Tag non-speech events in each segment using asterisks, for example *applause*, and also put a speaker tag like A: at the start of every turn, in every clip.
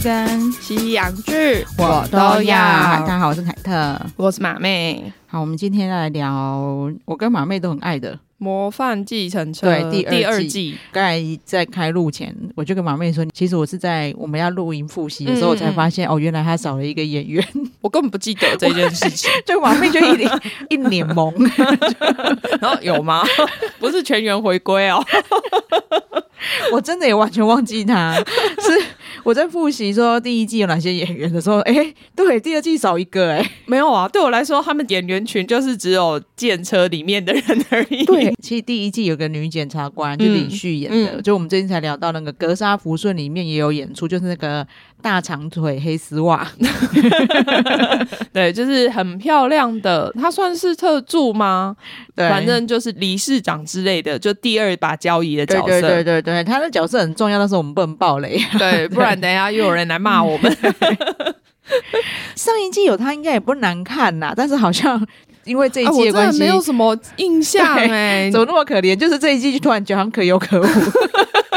A: 生西洋剧
B: 大家好，我是凯特。
A: 我是马妹，
B: 好，我们今天要来聊我跟马妹都很爱的。
A: 《模范继承车》
B: 对第二
A: 第二
B: 季
A: 季，
B: 刚才在开录前，我就跟马妹说，其实我是在我们要录音复习的时候，
A: 嗯嗯
B: 我才发现哦，原来她少了一个演 *laughs* 员。
A: 我根本不记得这
B: *laughs*
A: 件事情。
B: 就马妹就一脸一脸 *laughs* 懵。
A: 然后有吗？不是全员回归哦。
B: 我真的也完全忘记他。是我在复习说第一季有哪些演员的时候，哎、对，第二季少一个、哎，
A: *laughs* 没有啊，对我来说，他们演员群就是只有建车里面的人而
B: *laughs*
A: 已。
B: 对，其实第一季有个女检察官，就李
A: 嗯
B: 旭演的，
A: 嗯
B: 就我们最近才聊到那个《格杀福顺》里面也有演出，就是那个大长腿黑丝袜，
A: *laughs*
B: *laughs*
A: 对，就是很漂亮的，她算是特助吗？
B: 对，
A: 反正就是理事长之类的，就第二把交椅的角
B: 对
A: 色。
B: 对对对对，他的角色很重要，但是我们不能爆雷。
A: *laughs*
B: *laughs*
A: 对不然等一下又有人来骂我们。
B: 上一季有他应该也不难看呐，但是好像因为这一
A: 啊
B: 季
A: 我
B: 的
A: 真
B: 关
A: 的
B: 系，
A: 没有什么
B: *laughs*
A: 印象哎、
B: 怎么那么可怜？就是这一季就突然觉得好像可有可无。 *laughs*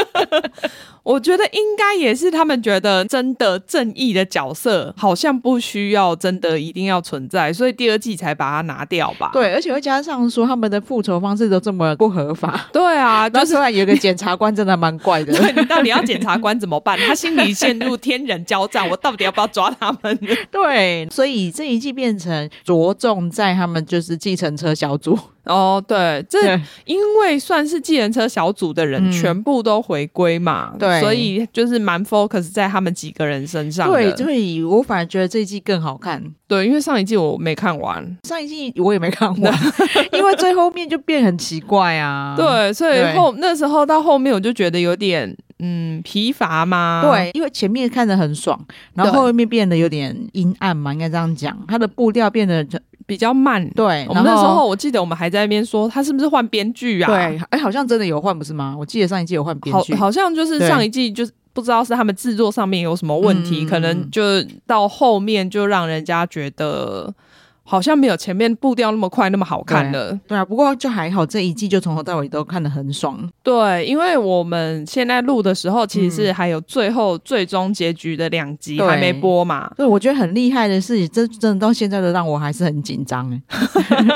A: 我觉得应该也是他们觉得真的正义的角色好像不需要真的一定要存在，所以第二季才把它拿掉吧。
B: 对，而且会加上说他们的复仇方式都这么不合法。 *laughs*
A: 对 *laughs* 啊，
B: 那
A: 就是
B: 突然有一个检察官真的蛮怪的，
A: 对你到底要检察官怎么办？他心里陷入天人交战，我到底要不要抓他们？
B: 对，所以这一季变成着重在他们就是计程车小组，
A: *laughs* 哦， *laughs* 对，
B: *laughs*
A: 这
B: 对
A: 因为算是计程车小组的人
B: 嗯
A: 全部都回归嘛，
B: 对
A: 所以就是蛮 focus 在他们几个人身上的。
B: 对，所以我反而觉得这一季更好看。
A: 对，因为上一季我没看完，
B: 上一季我也没看过， *laughs* 因为最后面就变很奇怪啊。
A: 对，所以
B: 对
A: 后那时候到后面我就觉得有点嗯疲乏嘛，
B: 对，因为前面看得很爽，然后
A: 对
B: 后面变得有点阴暗嘛，应该这样讲，它的步调变得
A: 比较慢。
B: 对。
A: 我们那
B: 然后
A: 时候我记得我们还在那边说他是不是换编剧啊？
B: 对，哎，好像真的有换不是吗？我记得上一季有换编
A: 好
B: 剧，
A: 好像就是
B: 对
A: 上一季就是。不知道是他们制作上面有什么问题，
B: 嗯
A: 可能就到后面就让人家觉得好像没有前面步调那么快那么好看了。
B: 对啊，不过就还好，这一季就从头到尾都看得很爽。
A: 对，因为我们现在录的时候，其实是还有最后最终结局的两
B: 嗯
A: 集
B: 对
A: 还没播嘛。 *laughs*
B: 对，我觉得很厉害的是，这真的到现在都让我还是很紧张
A: *laughs*
B: *laughs* 哎。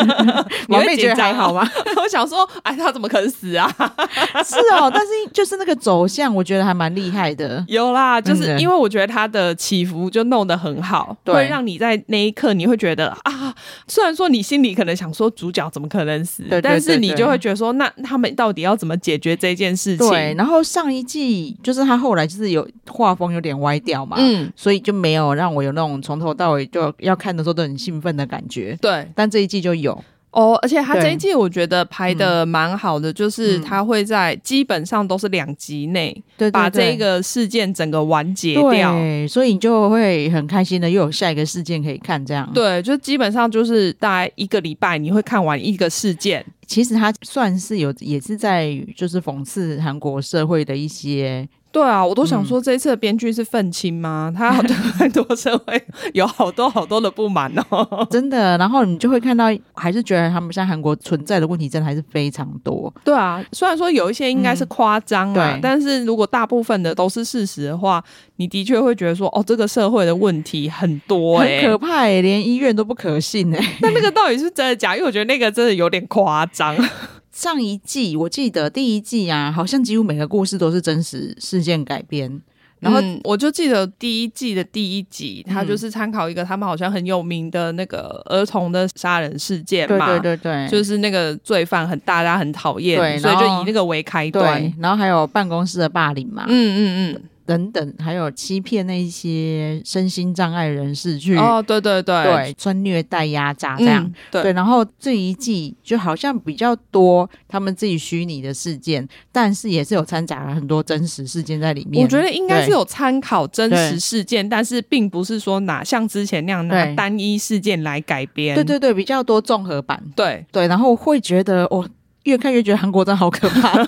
A: 你
B: 王
A: 会
B: 妹觉
A: 紧
B: 得
A: 张
B: 还
A: 啊
B: 好
A: *laughs*
B: 吗？
A: 我想说，哎，他怎么可能死啊？
B: 是哦，但是就是那个走向，我觉得还蛮厉害
A: *laughs*
B: 的。
A: 有啦，就是
B: 嗯
A: 因为我觉得他的起伏就弄得很好，
B: 对
A: 会让你在那一刻你会觉得啊，虽然说你心里可能想说主角怎么可能死，
B: 对对
A: 但是你
B: 对
A: 就会觉得说，那他们到底要怎么解决这件事情？
B: 对，然后上一季就是他后来就是有画风有点歪掉嘛，
A: 嗯，
B: 所以就没有让我有那种从头到尾就要看的时候都很兴奋的感觉。
A: 对。
B: 但这一季就有，
A: 哦，而且他
B: 对
A: 这一季我觉得拍的蛮好的，就是他会在基本上都是两集内
B: 对对
A: 把这
B: 对
A: 个事件整个完结掉。
B: 对，所以你就会很开心的，又有下一个事件可以看这样。，
A: 对，就基本上就是大概一个礼拜你会看完一个事件，
B: 其实他算是有，也是在就是讽刺韩国社会的一些
A: 对啊，我都想说这一次的编剧是愤青吗？他 *laughs* 好对很多社会有好多好多的不满哦。
B: 真的，然后你就会看到，还是觉得他们现在韩国存在的问题真的还是非常多。
A: *laughs* 对啊，虽然说有一些应该是夸张啊，
B: 嗯对
A: 但是如果大部分的都是事实的话，你的确会觉得说，哦，这个社会的问题很多哎、
B: 很可怕、欸，连医院都不可信哎、
A: 但那个到底是真的假？因为我觉得那个真的有点夸张。
B: 上一季我记得第一季啊，好像几乎每个故事都是真实事件改编，然
A: 然后
B: 后、
A: 我就记得第一季的第一集，它就是参考一个他们好像很有名的那个儿童的杀人事件
B: 对
A: 嘛，
B: 对对对，
A: 就是那个罪犯很大家很讨厌，
B: 对
A: 所以就
B: 然后
A: 以那个为开端。
B: 对，然后还有办公室的霸凌嘛，
A: 嗯嗯
B: 等等，还有欺骗那一些身心障碍人士去、
A: 嗯，哦，对对对，
B: 对穿虐待、压榨这样。
A: 嗯对
B: 对，然后这一季就好像比较多他们自己虚拟的事件，但是也是有掺杂了很多真实事件在里面。
A: 我觉得应该是
B: 对
A: 有参考真实
B: 对
A: 事件，但是并不是说拿像之前那样拿
B: 对
A: 单一事件来改编。
B: 对对对，比较多综合版。
A: 对， *laughs*
B: 对，然后会觉得我、哦、越看越觉得韩国真的好可
A: *laughs*
B: 怕。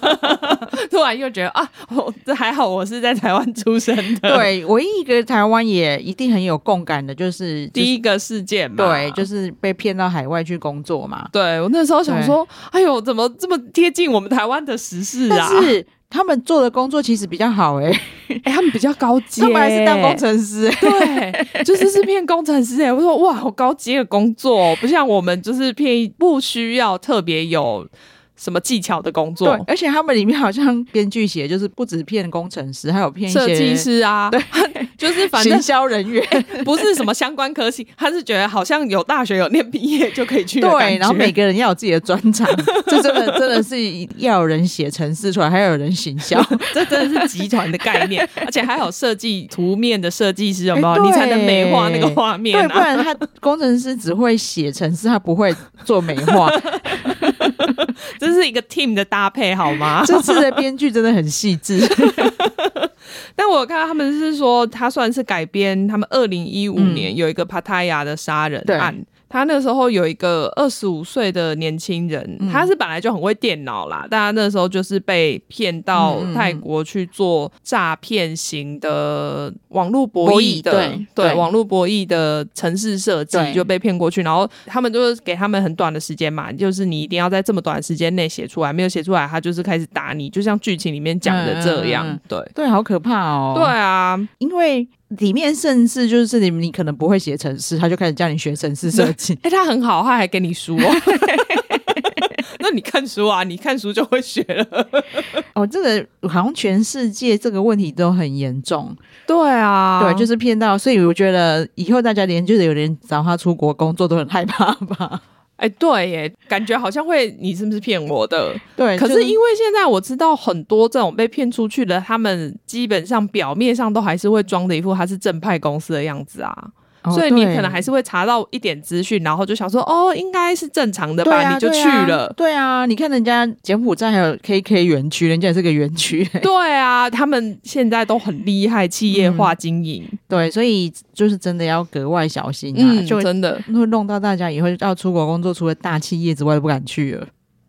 A: 突然又觉得啊， *laughs* 我这还好，我是在台湾出生
B: *laughs*
A: 的。，
B: 对，唯一一个台湾也一定很有共感的，就是
A: *laughs* 第
B: 一、
A: 一啊个事件嘛，
B: 对，就是被骗到海外去工作嘛。
A: 对我那时候想说，哎呦，怎么这么贴近我们台湾的时事
B: 但
A: 啊？
B: 是他们做的工作其实比较好哎、
A: *laughs* 哎、他们比较高阶，
B: 他们还是当工程师、
A: 啊
B: *laughs* 欸，
A: 对，就是是骗工程师
B: *laughs*
A: 哎、我说哇，好高阶的工作哦，不像我们就是骗不需要特别有什么技巧的工
B: 对
A: 作，，
B: 而且他们里面好像编剧写就是不止骗工程师，还有骗一些
A: 设计、师啊，对， *laughs* 就是反正
B: 行销人员，
A: 不是什么相关科系，他是觉得好像有大学有念毕业就可以去的感
B: *laughs* 对，
A: 觉
B: 然后每个人要有自己的专 *laughs* 长，这真的真的是要有人写程式出来，还要有人行销，
A: *laughs* 这真的是集团的概念，而且还有设计图面的设计师，有没有？
B: 哎对
A: 你才能美化那个画面
B: 对，不
A: 啊！
B: 然他工程师只会写程式，他不会做美 *laughs* 化。
A: 这是一个 team 的搭配，好吗？
B: 这次的编剧真的很细致， *laughs*
A: 但我有看到他们是说，他算是改编他们二零一五
B: 嗯
A: 年有一个帕塔亚的杀人案。他那时候有一个二十五岁的年轻人，
B: 嗯
A: 他是本来就很会电脑啦，但他那时候就是被骗到
B: 嗯嗯嗯
A: 泰国去做诈骗型的网络博弈的，
B: 博弈对对
A: 网络博弈的城市设计
B: 对
A: 就被骗过去，然后他们就是给他们很短的时间嘛，就是你一定要在这么短的时间内写出来，没有写出来，他就是开始打你，就像剧情里面讲的这样，
B: 嗯嗯嗯
A: 对。
B: 对，好可怕哦。
A: 对，啊，
B: 因为里面甚至就是你你可能不会写程式，他就开始教你学程式设计。
A: 哎、他很好，他还给你书、哦。 *laughs* 那你看书啊，你看书就会学了。
B: *laughs* 哦，这个好像全世界这个问题都很严重，
A: 对啊
B: 对，就是骗到，所以我觉得以后大家连就是有人找他出国工作都很害怕吧。
A: 哎、对耶，感觉好像会，你是不是骗我的？
B: 对，
A: 可
B: 就是
A: 因为现在我知道很多这种被骗出去的，他们基本上表面上都还是会装的一副他是正派公司的样子啊，
B: 哦
A: 所以你
B: 对
A: 可能还是会查到一点资讯，然后就想说哦，应该是正常的
B: 对
A: 吧，
B: 啊
A: 你就去了。
B: 对啊。对啊，你看人家柬埔寨还有 KK 园区，人家也是个园区、 *laughs* 欸
A: 对啊，他们现在都很厉害，企业化经营，
B: 对，所以就是真的要格外小心啊，
A: 嗯，
B: 就会
A: 真的，
B: 会弄到大家以后要出国工作，除了大企业之外都不敢去了。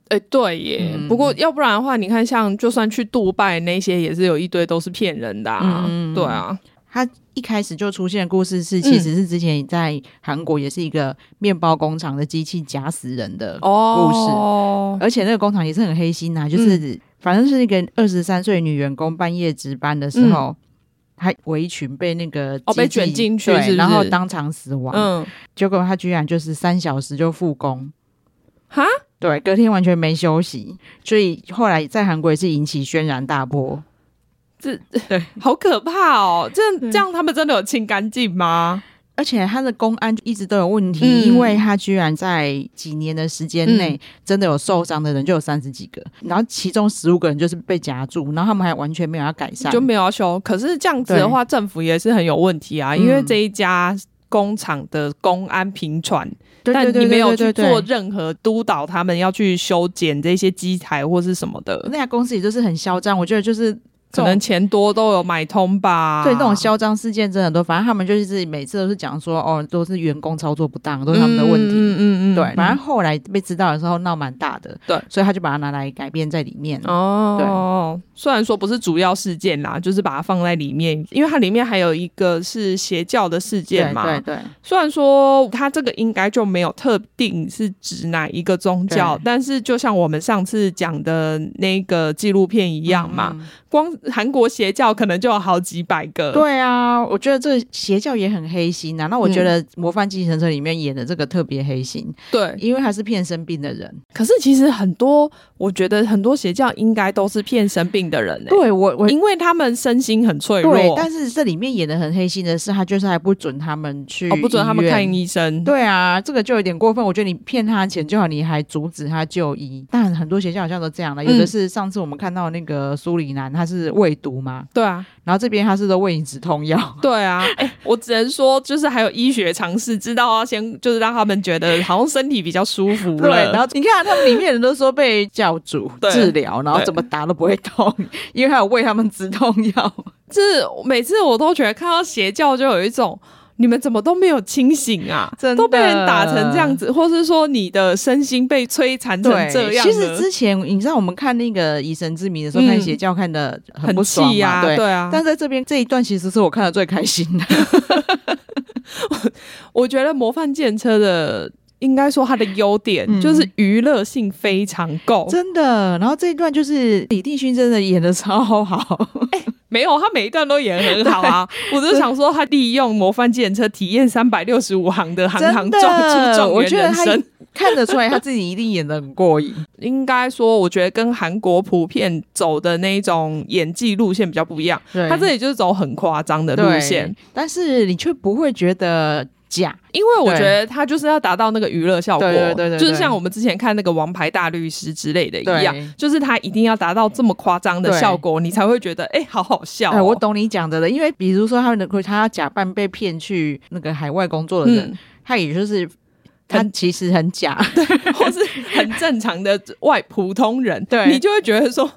A: 哎、对耶。
B: 嗯
A: 不过要不然的话，你看，像就算去杜拜那些，也是有一堆都是骗人的、啊。
B: 嗯
A: 对啊，
B: 他一开始就出现的故事是，
A: 嗯
B: 其实是之前在韩国也是一个面包工厂的机器夹死人的，
A: 哦，嗯
B: 而且那个工厂也是很黑心呐、啊就是、反正是一个二十三岁女员工半夜值班的时候，她围裙被那个
A: 嗯哦被
B: 机器
A: 卷进去
B: 对
A: 是不是
B: 然后当场死亡。
A: 嗯，
B: 结果她居然就是三小时就复工，
A: 哈，
B: 对，隔天完全没休息，所以后来在韩国也是引起轩然大波。
A: 这对，好可怕哦！这这样他们真的有清干净吗？
B: 而且他的公安一直都有问题，
A: 嗯
B: 因为他居然在几年的时间内，真的有受伤的人就有三十几个，然后其中十五个人就是被夹住，然后他们还完全没有要改善，
A: 就没有要修。可是这样子的话，政府也是很有问题啊，
B: 嗯
A: 因为这一家。工厂的公安频传，
B: 对对对
A: 但你没有去
B: 对对对
A: 做任何督导，他们要去修剪这些机台或是什么的，
B: 那家公司也就是很嚣张，我觉得就是这
A: 可
B: 种
A: 能啊钱多都有买通吧。
B: 对那种嚣张事件真的很多，反正他们就是自己每次都是讲说哦，都是员工操作不当，都是他们的问题。
A: 嗯嗯嗯，
B: 对，反正后来被知道的时候闹蛮大的，
A: 对，
B: 所以他就把它拿来改编在里面。
A: 哦，虽然说不是主要事件啦，就是把它放在里面，因为它里面还有一个是邪教的事
B: 对
A: 件嘛。
B: 对对，
A: 虽然说它这个应该就没有特定是指哪一个宗教
B: 对，
A: 但是就像我们上次讲的那个纪录片一样嘛，
B: 嗯
A: 光韩国邪教可能就有好几百个。
B: 对啊，我觉得这邪教也很黑心啊呐、那我
A: 嗯
B: 觉得《模范继承者》里面演的这个特别黑心，
A: 对，
B: 因为他是骗生病的人。
A: 可是其实很多，我觉得很多邪教应该都是骗生病的人、欸，
B: 对我我
A: 因为他们身心很脆弱，
B: 对，但是这里面演的很黑心的是，他就是还不准他们去、
A: 哦，不准他们看。医生。
B: 对啊，这个就有点过分。我觉得你骗他钱就好，你还阻止他就医。但很多学校好像都这样了，有的
A: 嗯
B: 是上次我们看到那个苏里南，他是喂毒嘛，
A: 对啊，
B: 然后这边他是都喂你止痛
A: *laughs*
B: 药。
A: 对啊，哎、我只能说，就是还有医学常识，知道要先就是让他们觉得好像身体比较舒服
B: 对，
A: 了。
B: 然后你看他们里面人都说被教主
A: 对
B: 治疗，然后怎么打都不会痛，因为他有喂他们止痛药。
A: 这每次我都觉得看到邪教就有一种。你们怎么都没有清醒啊？
B: 真的
A: 都被人打成这样子，或是说你的身心被摧残 *laughs* 成这样
B: 其
A: 了，
B: 实之前你知道我们看那个《以神之名》的时候，
A: 嗯
B: 看邪教看的很
A: 很
B: 不爽嘛，
A: 气呀、
B: 对。
A: 对啊。
B: 但在这边这一段，其实是我看的最开心的。
A: 我觉得模范建车的。应该说它的优点、
B: 嗯
A: 就是娱乐性非常够。
B: 真的。然后这一段就是李帝勋真的演的超 *laughs* 好，
A: 没有，他每一段都演得很好 *laughs* 啊！我就想说，他利用模范计程车体验三百六十五行的行行
B: 真的
A: 撞出状
B: 我
A: 元
B: 觉得
A: 人
B: 他
A: 生。
B: 看得出来他自己一定演的很过瘾。
A: 应该说，我觉得跟韩国普遍走的那一种演技路线比较不一样。
B: 对
A: 他这里就是走很夸张的路线，，
B: 但是你却不会觉得假。
A: 因为我觉得他就是要达到那个娱乐效果，
B: 对对对对对
A: 就是像我们之前看那个《王牌大律师》之类的一
B: 对
A: 样，就是他一定要达到这么夸张的效果，你才会觉得哎、好好笑、
B: 哎、我。懂你讲的了，因为比如说他能他要假扮被骗去那个海外工作的人，
A: 嗯，
B: 他也就是他其实很 *laughs* 假，
A: 或是很正常的外普通人，
B: 对
A: 你就会觉得说，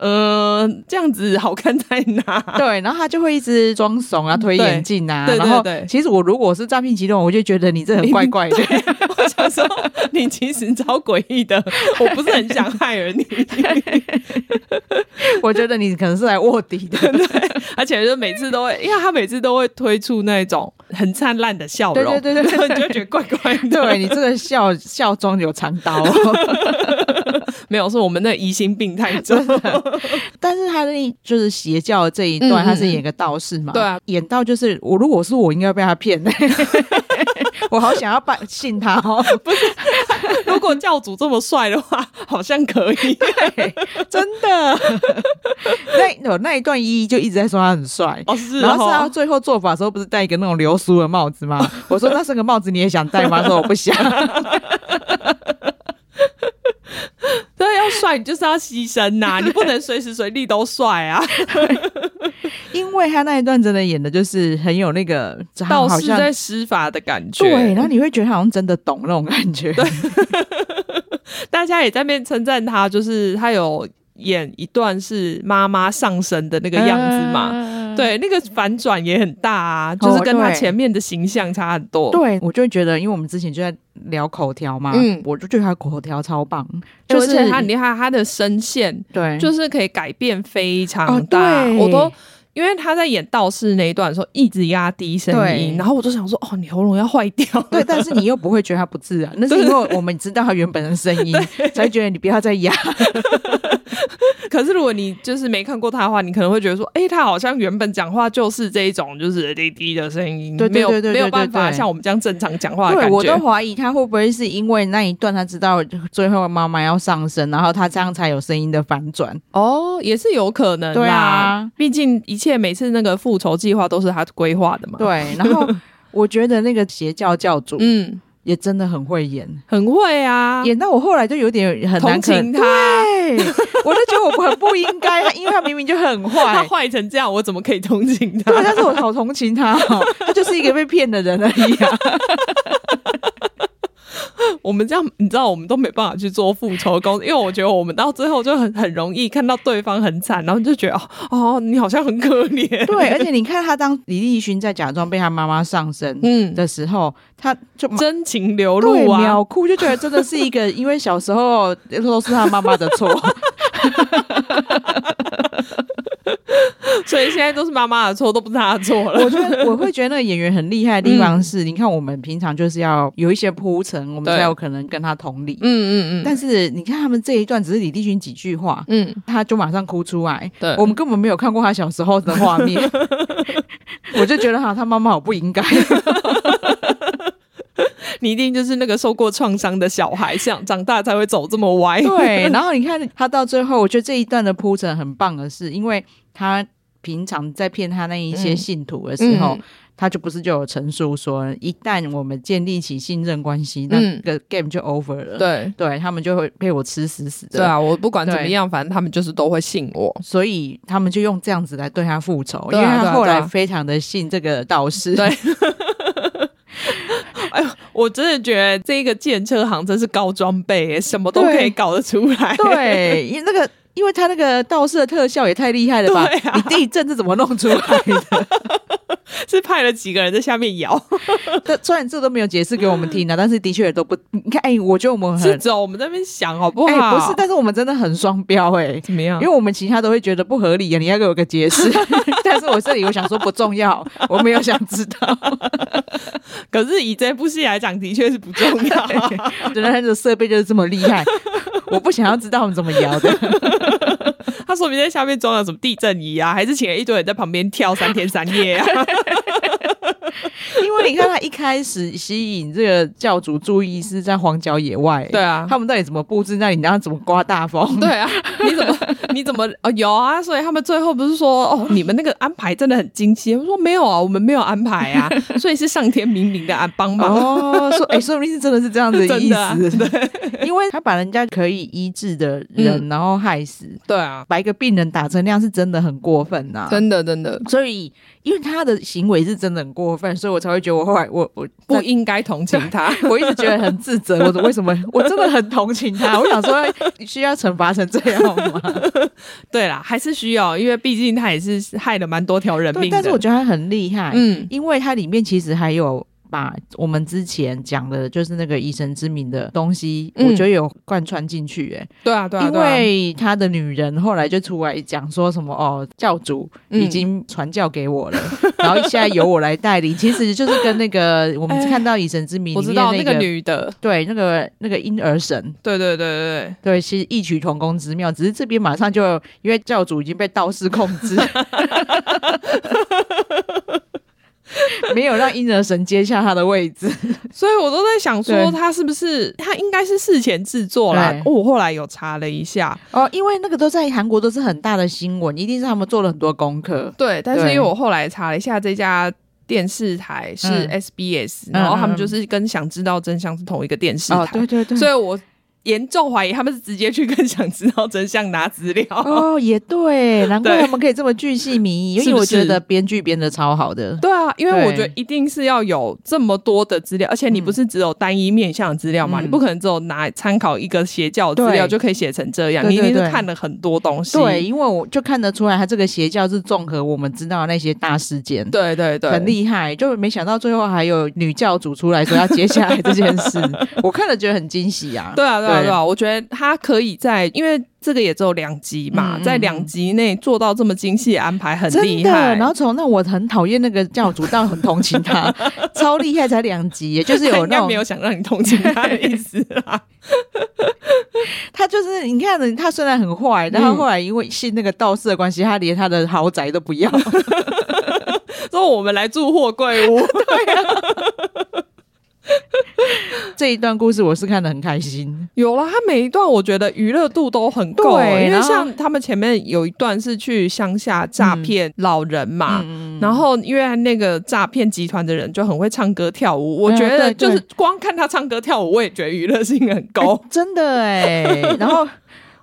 A: 呃，这样子好看在哪？ *laughs*
B: 对，然后他就会一直装怂啊，推眼镜啊，
A: 对对
B: 然后
A: 对对
B: 其实我如果是诈骗集团，我就觉得你这很怪怪 *laughs* 的，
A: 我想说，你其实超诡异的，我不是很想害了你， *laughs*
B: 我觉得你可能是来卧底 *laughs* 的，
A: 而且就每次都会，因为他每次都会推出那种很灿烂的笑
B: 对
A: 容，
B: 对对对
A: 然后 *laughs* 你就会觉得怪怪的。
B: 对你这个 *laughs* 笑笑中有藏刀。
A: *laughs*
B: 哦
A: 没有，是我们那疑心病太重。
B: *laughs* 但是他那就是邪教的这一
A: 嗯
B: 段，
A: 嗯
B: 他是演个道士嘛，
A: 对啊，
B: 演到就是我如果是我，应该被他骗的。 *laughs* 我好想要拜信他哦，
A: *laughs* 如果教主这么帅的话，好像可以。
B: 真的。那有那一段一一就一直在说他很帅，
A: 哦，是
B: 然后是他
A: 哦，
B: 最后做法的时候，不是戴一个那种流苏的帽子吗？ *laughs* 我说那是个帽子，你也想戴吗？他说我不
A: *laughs*
B: 想。
A: 对，要帅你就是要牺牲呐、你不能随时随地都帅啊。
B: 因为他那一段真的演的就是很有那个
A: 道
B: 好
A: 士
B: 像
A: 在施法的感觉。
B: 对，然后你会觉得他好像真的懂那种感觉。对，
A: 大家也在面称赞他，就是他有演一段是妈妈上身的那个样子嘛。
B: 嘛
A: 对，那个反转也很大啊，就是跟他前面的形象差很多。
B: 哦对，我就会觉得，因为我们之前就在聊口条嘛，
A: 嗯
B: 我就觉得他口条超棒，
A: 对，
B: 就
A: 而
B: 是
A: 且他很厉害，他的声线
B: 对，
A: 就是可以改变
B: 嗯
A: 非
B: 哦
A: 常大。
B: 对
A: 我都因为他在演道士那一段的时候一直压低声
B: 对
A: 音，然后我就想说，哦，你喉咙要坏掉了。 *laughs*
B: 对，但是你又不会觉得他不自然，那是因为我们知道他原本的声音，才觉得你不要再压。
A: 可是如果你就是没看过他的话，你可能会觉得说，哎、他好像原本讲话就是这一种，就是低低的声音，
B: 对对
A: 没有
B: 对对对
A: 没有办
B: 对
A: 法
B: 对
A: 像我们这样正常讲话的
B: 对，
A: 感
B: 我
A: 觉
B: 都。怀疑他会不会是因为那一段他知道最后妈妈要上身，然后他这样才有声音的反转。
A: 哦，也是有可能
B: 对
A: 啦
B: 啊，
A: 毕竟一切每次那个复仇计划都是他规划的嘛。，
B: 对，然后我觉得那个邪教教主
A: 嗯，
B: 也真的很会演，
A: 很会啊，
B: 演到我后来就有点很难可
A: 同情他。
B: 对，我就觉得我很不应该，因为他明明就很
A: 他
B: 坏。
A: 坏成这样，我怎么可以同情他？ *laughs*
B: 对，但是我好同情他哦， *laughs* 他就是一个被骗的人而已啊。
A: 我们这样，你知道，我们都没办法去做复仇的工作，因为我觉得我们到最后就很很容易看到对方很惨，然后就觉得哦哦，你好像很可怜。
B: *laughs* *laughs* 对，而且你看他当李立勋在假装被他妈妈上身
A: 嗯，
B: 的时候，他就马
A: 真情流
B: 对
A: 露啊，
B: 秒哭，就觉得真的是一个，因为小时候都是他妈妈的错。
A: 所以现在都是妈妈的错，都不是他的错
B: *laughs*
A: 了。*laughs*
B: 我觉得我会觉得那个演员很厉害的地方是，你看我们平常就是要有一些铺陈，我们
A: 对
B: 才有可能跟他同理。
A: 嗯嗯
B: 但是你看他们这一段，只是李立勋几句话，
A: 嗯，
B: 他就马上哭出来。
A: 对
B: 我们根本没有看过他小时候的画 *laughs* 面，我就觉得哈，他妈妈好不应该。
A: 你一定就是那个受过创伤的小孩，想长大才会走这么歪。 *laughs*
B: *laughs* 对，然后你看他到最后，我觉得这一段的铺陈很棒的是，因为他平常在骗他那一些信徒的时候，
A: 嗯
B: 他就不是就有陈述说，一旦我们建立起信任关系，那
A: 嗯
B: 个 game 就 over 了。
A: 对
B: 对，他们就会被我吃死死的。
A: 对啊，我不管
B: 对
A: 怎么样，反正他们就是都会信我。
B: 所以他们就用这样子来对他复仇，因
A: 对啊
B: 为他后
A: 对啊
B: 来
A: 对啊
B: 非常的信这个道士。
A: 对我真的觉得这个建车行真是高装备耶，什么都
B: 对
A: 可以搞得出来。
B: 对，因为那个，因为他那个道士的特效也太厉害了吧？
A: 对啊
B: 你地震是怎么弄出来的？
A: *laughs* 是派了几个人在下面 *laughs* 摇，
B: 但虽然 *laughs* 这都没有解释给我们听啊，但是的确也都不，你看，哎、我觉得我们很
A: 是，走我们在那边想好不好？嗯
B: 哎、不是，但是我们真的很双标、哎。
A: 怎么样
B: 因为？我们其他都会觉得不合理啊，你要给我个解
A: *laughs*
B: 释。但是我这里我想说不重要，我没有想知道，
A: 可是以这部戏来讲，的确是不重 *laughs* 要。
B: 原来他的设备就是这么厉害，我不想要知道他们怎么摇的。 *laughs*
A: *laughs* 他说明在下面装了什么地震仪啊，还是请了一堆人在旁边跳三天三夜啊？
B: 因为你看他一开始吸引这个教主注意是在荒郊野外，
A: *laughs* 对啊
B: 他们到底怎么布置？那你让他怎么刮大风？
A: *laughs* 对啊， *laughs* 你怎么你怎么哦有啊？所以他们最后不是说哦，你们那个安排真的很精细。我说没有啊，我们没有安排 *laughs* 啊，所以是上天冥冥的安帮
B: *laughs*
A: 忙。
B: 哦，说哎、说不定是真的是这样子的
A: *laughs* 真
B: 意思，
A: 的啊
B: *laughs* 因为他把人家可以医治的
A: 嗯
B: 人，然后害死，
A: 对啊，
B: 把一个病人打成那样，是真的很过分呐、
A: 真的真的
B: 所以，因为他的行为是真的很过分，所以我才会觉得我后来我我
A: *laughs* *laughs* 不应该同情他。
B: 我一直觉得很自责，我为什么我真的很同情他？我想说，需要惩罚成这样吗？
A: *laughs* 对啦，还是需要，因为毕竟他也是害了蛮多条人
B: 对，
A: 命的。
B: 但是我觉得他很厉害，
A: 嗯，
B: 因为它里面其实还有把我们之前讲的，就是那个以神之名的东西，
A: 嗯
B: 我觉得有贯穿进去、欸，
A: 对啊，对啊，
B: 因
A: 对啊
B: 为他的女人后来就出来讲说什么哦，教主
A: 嗯
B: 已经传教给
A: *laughs*
B: 我了，然后现在由我来带领，其实就是跟那个我们
A: 哎
B: 看到以神之名
A: 我
B: 里
A: 知
B: 面
A: 道
B: 那
A: 那个女的，
B: 对那个那个婴儿神。
A: 对对对对对。
B: 对，其实异曲同工之妙，只是这边马上就因为教主已经被道士控 *laughs* 制，没有让婴儿神接下他的位置。
A: 所以我都在想说，
B: 对
A: 他是不是他应该是事前制作啦
B: 对？
A: 哦我后来有查了一下，
B: 哦，因为那个都在韩国都是很大的新闻，一定是他们做了很多功课。
A: 对，但是因
B: 对
A: 为我后来查了一下，这家电视台是
B: 嗯
A: SBS，、
B: 嗯
A: 然后他们就是跟《想知道真相》是同一个电视台，
B: 哦，对对对，
A: 所以我严重怀疑他们是直接去跟《想知道真相》拿资料。
B: *laughs* 哦，也对，难怪
A: 对
B: 我们可以这么巨细靡遗，因
A: 是
B: 为
A: 不
B: 我觉
A: 是
B: 得编剧编的超好的。
A: 对啊，因为
B: 对
A: 我觉得一定是要有这么多的资料，而且你不是只有单一面向的资料嘛，
B: 嗯
A: 你不可能只有拿参考一个邪教的资料
B: 对
A: 就可以写成这样，
B: 对
A: 你一
B: 对
A: 定是
B: 对
A: 看了很多东西。
B: 对，因为我就看得出来，他这个邪教是综合我们知道的那些大事件，
A: 对对对，
B: 很厉害。就没想到最后还有女教主出来说要接下来这件事， *laughs* 我看了觉得很惊喜啊。
A: 对啊，对啊，
B: 对
A: 对啊，我觉得他可以在，因为这个也只有两集嘛，
B: 嗯嗯
A: 在两集内做到这么精细的安排，很
B: 真
A: 厉
B: 的
A: 害。，
B: 然后从那我很讨厌那个教主，到很同情他， *laughs* 超厉害，才两集耶，就是
A: *laughs* 他
B: 有那
A: 应该
B: 种
A: 没有想让你同情他的意思啊
B: *laughs*
A: 啦。
B: 他就是你看，他虽然很坏，但他后来因为信那个道士的关系，他连他的豪宅都不 *laughs* 要。
A: 说我们来住货柜
B: *laughs*
A: 屋，
B: 这一段故事我是看得很开心。
A: 有啦，他每一段我觉得娱乐度都很够、
B: 对
A: 因为
B: 然后
A: 像他们前面有一段是去乡下诈骗老人嘛。
B: 嗯，
A: 然后，因为那个诈骗集团的人就很会唱歌跳舞，我觉
B: 对对
A: 得就是光看他唱歌跳舞，我也觉得娱乐性很高。
B: 真的哎、然后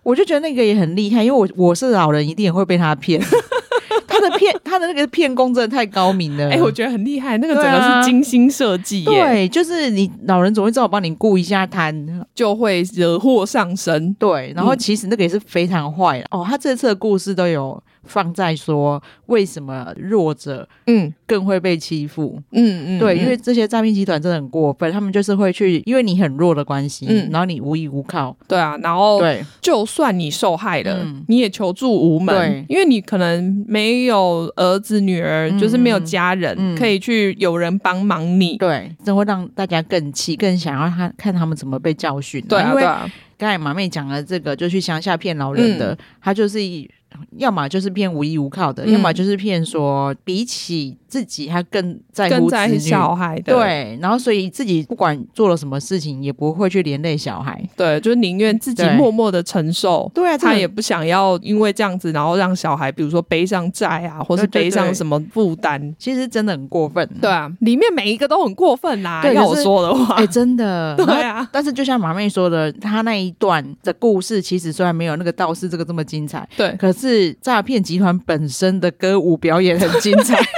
B: 我就觉得那个也很厉害，因为我我是老人，一定也会被他骗。 *laughs* 他的骗，他的那个骗功真的太高明了。
A: 哎、我觉得很厉害，那个整
B: 对
A: 个
B: 啊
A: 是精心设计耶。
B: 对，就是你老人总会知道我帮你顾一下摊，
A: 就会惹祸上身。
B: 对，然后
A: 嗯
B: 其实那个也是非常坏的、哦。他这次的故事都有放在说为什么弱者
A: 嗯
B: 更会被欺负，
A: 嗯嗯，
B: 对，
A: 嗯
B: 因为这些诈骗集团真的很过分，他们就是会去，因为你很弱的关系，
A: 嗯
B: 然后你无依无靠，
A: 对啊，然后
B: 对
A: 就算你受害了，
B: 嗯
A: 你也求助无门
B: 对，
A: 因为你可能没有儿子女儿，
B: 嗯
A: 就是没有家人、
B: 嗯
A: 可以去有人帮忙你。
B: 对，这会让大家更气，更想要他看他们怎么被教训、
A: 对啊，
B: 因
A: 对
B: 为
A: 啊，
B: 刚才马妹讲了这个，就去乡下骗老人的，他就是一。要么就是骗无依无靠的，
A: 嗯
B: 要么就是骗说比起自己，他更在
A: 跟
B: 乎
A: 在
B: 子女
A: 小孩的，
B: 对，然后所以自己不管做了什么事情，也不会去连累小孩。
A: 对，就是宁愿自己
B: 对
A: 默默的承受。
B: 对啊
A: 他也不想要因为这样子，然后让小孩，比如说背上债啊，或是
B: 对对
A: 背
B: 对
A: 上什么负担。
B: 其实真的很过分。
A: 对啊，里面每一个都很过分啦。
B: 对
A: 要
B: 可
A: 我
B: 是
A: 说的话，
B: 哎、真的。
A: *laughs* 对
B: 然后
A: 啊，
B: 但是就像马妹说的，她那一段的故事，其实虽然没有那个道士这个这么精彩，
A: 对，
B: 可是诈骗集团本身的歌舞表演很精彩。
A: *laughs*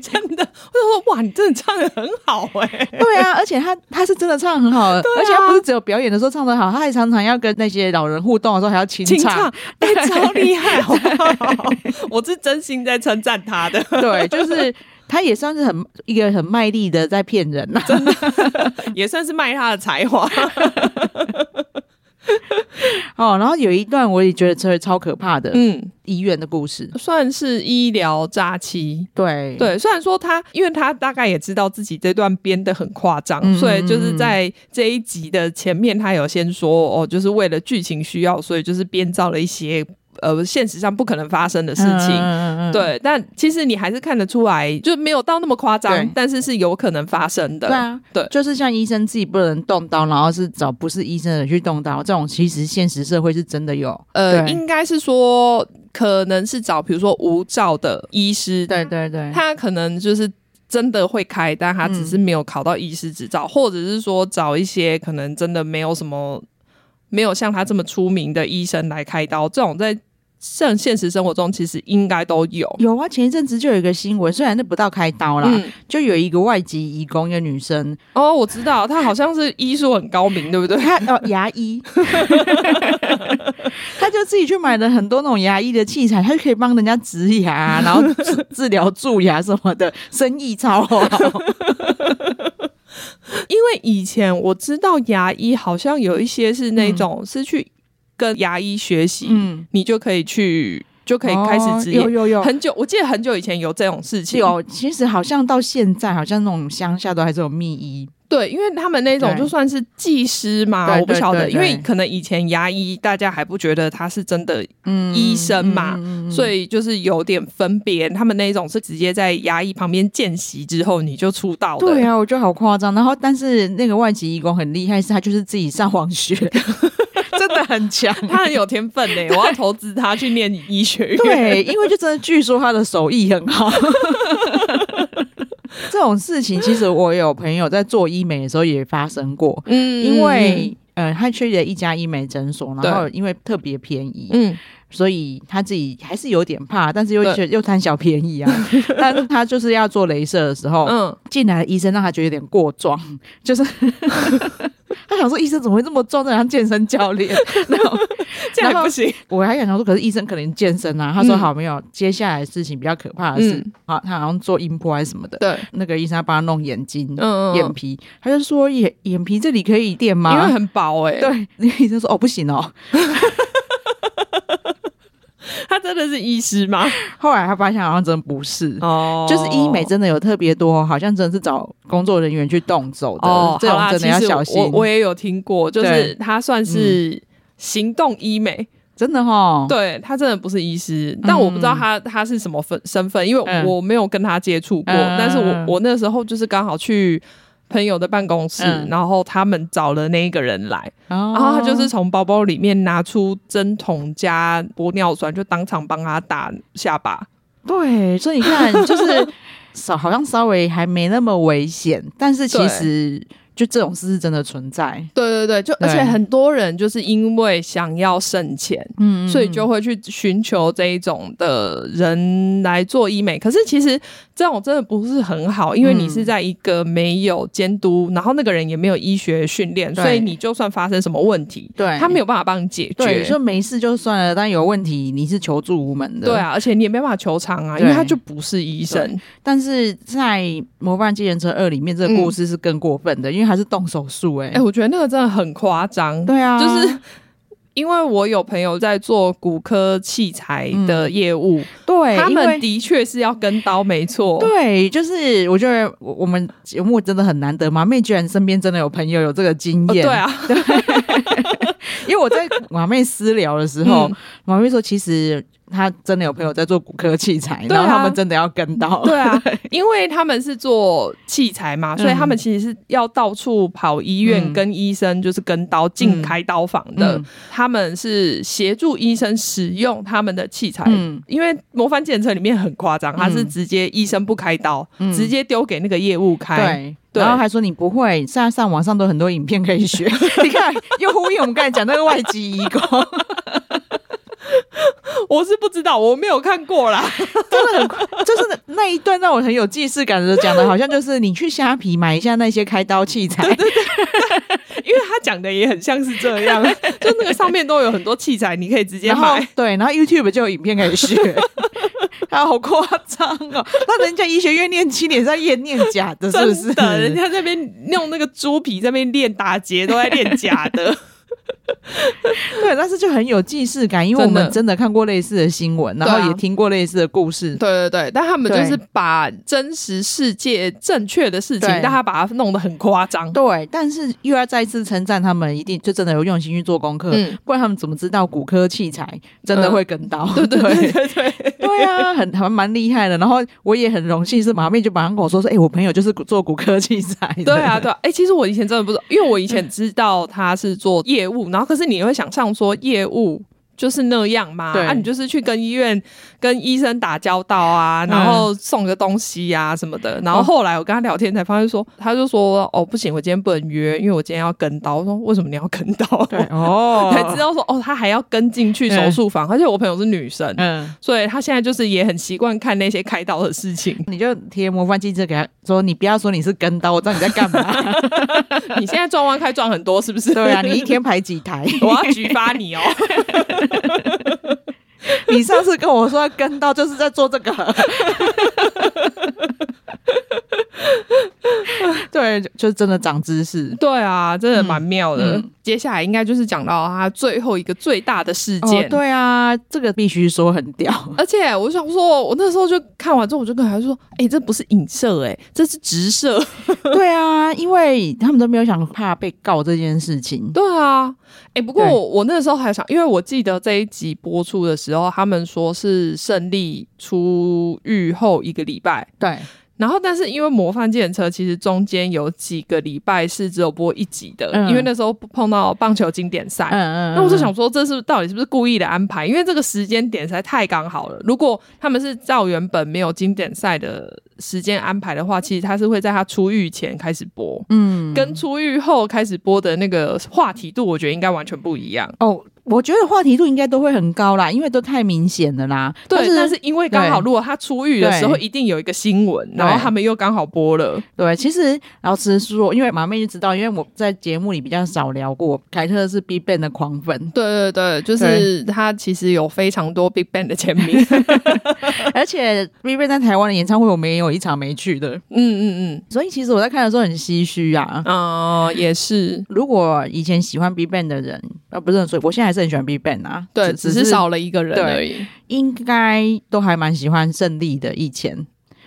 A: 真的，我想说：“哇，你真的唱的很好哎、
B: *laughs* 对啊，而且他他是真的唱很好的，
A: 对啊
B: 而且他不是只有表演的时候唱的好，他还常常要跟那些老人互动的时候还要清
A: 清
B: 唱。
A: 唱， *laughs* 哎、超厉害，好不好？ *laughs* 我是真心在称赞他 *laughs* 的，
B: 对，就是他也算是很一个很卖力的在骗人啊啦、
A: 也算是卖他的才华。
B: 哦，然后有一段我也觉得真的超可怕的、
A: 嗯，
B: 医院的故事。
A: 算是医疗诈欺。
B: 对，
A: 对，虽然说他，因为他大概也知道自己这段编的很夸张，
B: 嗯
A: 所以就是在这一集的前面，他有先说哦，就是为了剧情需要，所以就是编造了一些呃现实上不可能发生的事情。
B: 嗯嗯嗯嗯
A: 对，但其实你还是看得出来，就没有到那么夸张
B: 对，
A: 但是是有可能发生的。
B: 对啊，
A: 对
B: 就是像医生自己不能动刀，然后是找不是医生的人去动刀，这种其实现实社会是真的有。
A: 呃，
B: 对
A: 应该是说，可能是找比如说无照的医师，
B: 对对对，
A: 他可能就是真的会开，但他只是没有考到医师执
B: 嗯
A: 照，或者是说找一些可能真的没有什么没有像他这么出名的医生来开刀，这种在像现实生活中其实应该都有。
B: 有啊，前一阵子就有一个新闻，虽然那不到开刀啦，
A: 嗯，
B: 就有一个外籍移工，一个女生，
A: 哦，我知道，他好像是医术很高明，对不对？
B: 她哦牙医， *laughs* 她就自己去买了很多那种牙医的器材，她就可以帮人家植
A: *laughs*
B: 牙，然后治治疗蛀牙什么的，生意超
A: *laughs*
B: 好。
A: 因为以前我知道牙医好像有一些是那种、是去跟牙医学习，
B: 嗯，哦
A: 你就可以去就可以开始职业。
B: 有有有。
A: 很久，我记得很久以前有这种事情，
B: 有，其实好像到现在，好像那种乡下都还是有秘医，
A: 对，因为他们那种
B: 对
A: 就算是技师嘛，
B: 对
A: 我不晓得，
B: 对对
A: 因
B: 对
A: 为可能以前牙医大家还不觉得他是真的，
B: 嗯
A: 医生嘛
B: 嗯嗯嗯
A: 所以就是有点分别。他们那种是直接在牙医旁边见习之后你就出道的，
B: 对啊，我觉得好夸张。然后，但是那个外籍义工很厉害，是他就是自己上网学， *laughs* 真的很
A: *laughs*
B: 强。
A: 他很有天分
B: *laughs*
A: 呢、我要投资他去念医学院。
B: 对，因为就真的据说他的手艺很好。 *laughs* 这种事情其实我有朋友在做医美的时候也发生过，
A: 嗯
B: 因为。呃，他去了一家医美诊所，然后因为特别便宜，
A: 嗯，
B: 所以他自己还是有点怕，但是又
A: 对
B: 觉得又贪小便宜啊。
A: *laughs*
B: 但是他就是要做镭射的时候，
A: 嗯，
B: 进来的医生让他觉得有点过壮， *laughs* 就是
A: *laughs*
B: 他想说医生怎么会这么壮，在像健身教
A: *laughs*
B: 练。然后
A: 这
B: *laughs*
A: 样
B: 然
A: 也
B: 后
A: 不行。
B: 我还想说，可是医生可能健身啊。他说
A: 嗯
B: 好没有，接下来事情比较可怕的是，
A: 嗯
B: 啊，他好像做音波还是什么的，
A: 对，
B: 那个医生要帮他弄眼睛、
A: 嗯，
B: 眼皮，他就说眼眼皮这里可以垫
A: 因为
B: 吗？
A: 很薄
B: *laughs*
A: 哎、
B: 对，那个医生说哦不行哦。
A: 他真的是医师吗？
B: 后来他发现好像真不是。
A: *laughs* 哦
B: 就是医美真的有特别多，好像真的是找工作人员去动手的，
A: 哦，
B: 这
A: 好
B: 种
A: 啦
B: 真的要
A: 其实
B: 小心。
A: 我我也有听过，就是
B: 对嗯
A: 他算是行动医美，
B: 真的哦哈，
A: 对他真的不是医师，但我不知道他他是什么分身份，因为
B: 嗯
A: 我没有跟他接触过。
B: 嗯
A: 但是我我那时候就是刚好去朋友的办公室，
B: 嗯哦
A: 然后他们找了那一个人来，
B: 然
A: 然后他就是从包包里面拿出针筒加玻尿酸，就当场帮他打下巴。
B: 对，所以你看，
A: *laughs*
B: 就是少好像稍微还没那么危险，但是其实就这种事是真的存在。
A: 对对对，就而
B: 对
A: 且很多人就是因为想要省钱，
B: 嗯
A: 所以就会去寻求这一种的人来做医美。可是其实这种真的不是很好，因为你是
B: 嗯
A: 在一个没有监督，然后那个人也没有医学训练，
B: 对
A: 所以你就算发生什么问题，
B: 对
A: 他没有办法帮你解
B: 对，
A: 决。
B: 说没事就算了，但有问题你是求助无门的。
A: 对，啊，而且你也没办法求偿啊，因
B: 对
A: 为他就不是医生。
B: 但是在《模范计程车二》里面，这个故事是更过分的，因为他是动手术、欸，
A: 嗯哎、我觉得那个真的很夸张。
B: 对啊，
A: 就是因为我有朋友在做骨科器材
B: 嗯
A: 的业务，
B: 对
A: 他
B: 因
A: 们
B: 为
A: 的确是要跟刀，没错。
B: 对，就是我觉得我我们节目真的很难得嘛，妹居然身边真的有朋友有这个经
A: 哦
B: 验，
A: 对啊，
B: 因为我在马妹私聊的时候
A: 嗯，
B: 马妹说其实她真的有朋友在做骨科器材，
A: 对啊
B: 然后他们真的要跟到。
A: *laughs* 对啊，因为他们是做器材嘛，所以他们其实是要到处跑医院
B: 嗯
A: 跟医生，就是跟刀进开刀房的。
B: 嗯
A: 他们是协助医生使用他们的器材。
B: 嗯
A: 因为模范检测里面很夸张，他是直接医生不开刀，直接丢给那个业务开。
B: 嗯对。
A: 对
B: 然后还说你不会，现在上网上都有很多影片可以学。
A: *laughs*
B: 你看，又呼应我们刚才讲那个外籍移工，
A: *laughs* 我是不知道，我没有看过啦。
B: 真的很，就是那一段让我很有既视感的，讲的好像就是你去虾皮买一下那些开刀器材，
A: 因为他讲的也很像是这
B: *laughs*
A: 样，就那个上面都有很多器材，你可以直接
B: 然后
A: 买。
B: 对，然后 YouTube 就有影片可以
A: *laughs*
B: 学，啊，好夸张哦！那人家医学院念七年是在练念假的，是不是
A: *laughs* 真？的，人家在那边弄那个猪皮，在那边练打结，都在练假
B: *laughs*
A: 的。
B: 对，但是就很有既视感，因为我
A: 真的
B: 们真的看过类似的新闻，然
A: 对
B: 后
A: 啊
B: 也听过类似的故事。
A: 对对对，但他们
B: 对
A: 就是把真实世界正确的事情，
B: 对
A: 但他把它弄得很夸张。
B: 对，但是又要再次称赞他们，一定就真的有用心去做功课，
A: 嗯
B: 不然他们怎么知道骨科器材真的会跟刀？对对
A: *laughs* 对对对，
B: *laughs* 对啊，很还蛮厉害的。然后我也很荣幸是马妹就马上跟我说说，哎、我朋友就是骨做骨科器材的。
A: 对
B: *laughs*
A: 啊，对啊，哎、其实我以前真的不知道，因为我以前知道他是做业务，然后可是你会想象说业务就是那样嘛，
B: 对
A: 啊，你就是去跟医院跟医生打交道啊，
B: 嗯
A: 然后送个东西呀、什么的。
B: 哦
A: 然后后来我跟他聊天才发现说，他就说哦不行，我今天不能约，因为我今天要跟刀。我说为什么你要跟刀？ *laughs*
B: 对哦，
A: 才知道说哦，他还要跟进去手术房，而且我朋友是女生，
B: 嗯。。
A: 所以她现在就是也很习惯看那些开刀的事情 *laughs*
B: 你就贴模范记者给他说，你不要说你是跟刀，我知道你在干
A: *laughs*
B: 嘛。
A: 你现在撞弯开撞很多是不是？
B: 对啊，你一天排几台？
A: *laughs* 我要举发你哦。
B: *laughs* 你上次跟我说要跟刀，就是在做这个。 *laughs* 对，就就真的长知识。
A: 对啊，真的蛮妙的。
B: 嗯
A: 接下来应该就是讲到他最后一个最大的事件。
B: 哦，对啊，这个必须说很屌。
A: 而且我想说，我那时候就看完之后，我就跟孩子说：“哎、这不是影射、哎，这是直射。
B: 对啊，因为他们都没有想怕被告这件事”情。
A: 对啊，哎、不过
B: 对
A: 我我那时候还想，因为我记得这一集播出的时候，他们说是胜利出狱后一个礼拜，
B: 对，
A: 然后，但是因为《模范计程车》其实中间有几个礼拜是只有播一集的，
B: 嗯
A: 因为那时候碰到棒球经典赛。
B: 嗯
A: 那我就，想说，这是到底是不是故意的安排？因为这个时间点实在太刚好了。如果他们是照原本没有经典赛的时间安排的话，其实他是会在他出狱前开始播，
B: 嗯，
A: 跟出狱后开始播的那个话题度，我觉得应该完全不一样。
B: 哦，我觉得话题度应该都会很高啦，因为都太明显了啦。
A: 对，
B: 是
A: 但是因为刚好，
B: 对
A: 如果他出狱的时候，
B: 对
A: 一定有一个新闻，然
B: 对
A: 后他们又刚好播了。，
B: 对，其实老实说，因为马妹就知道，因为我在节目里比较少聊过，凯特是 BigBang 的狂粉
A: 对对对，就是他其实有非常多 Big Bang 的签名。
B: *laughs* 而且 BigBang 在台湾的演唱会我们也有一场没去的，
A: *laughs* 嗯嗯
B: 所以其实我在看的时候很唏嘘啊
A: 嗯，。啊、也是，
B: 如果以前喜欢 BigBang 的人，啊，不是，所以我现在还是很喜欢 BigBang 啊，
A: 对，只是少了一个人
B: 对
A: 而已。
B: 应该都还蛮喜欢胜利的。以前，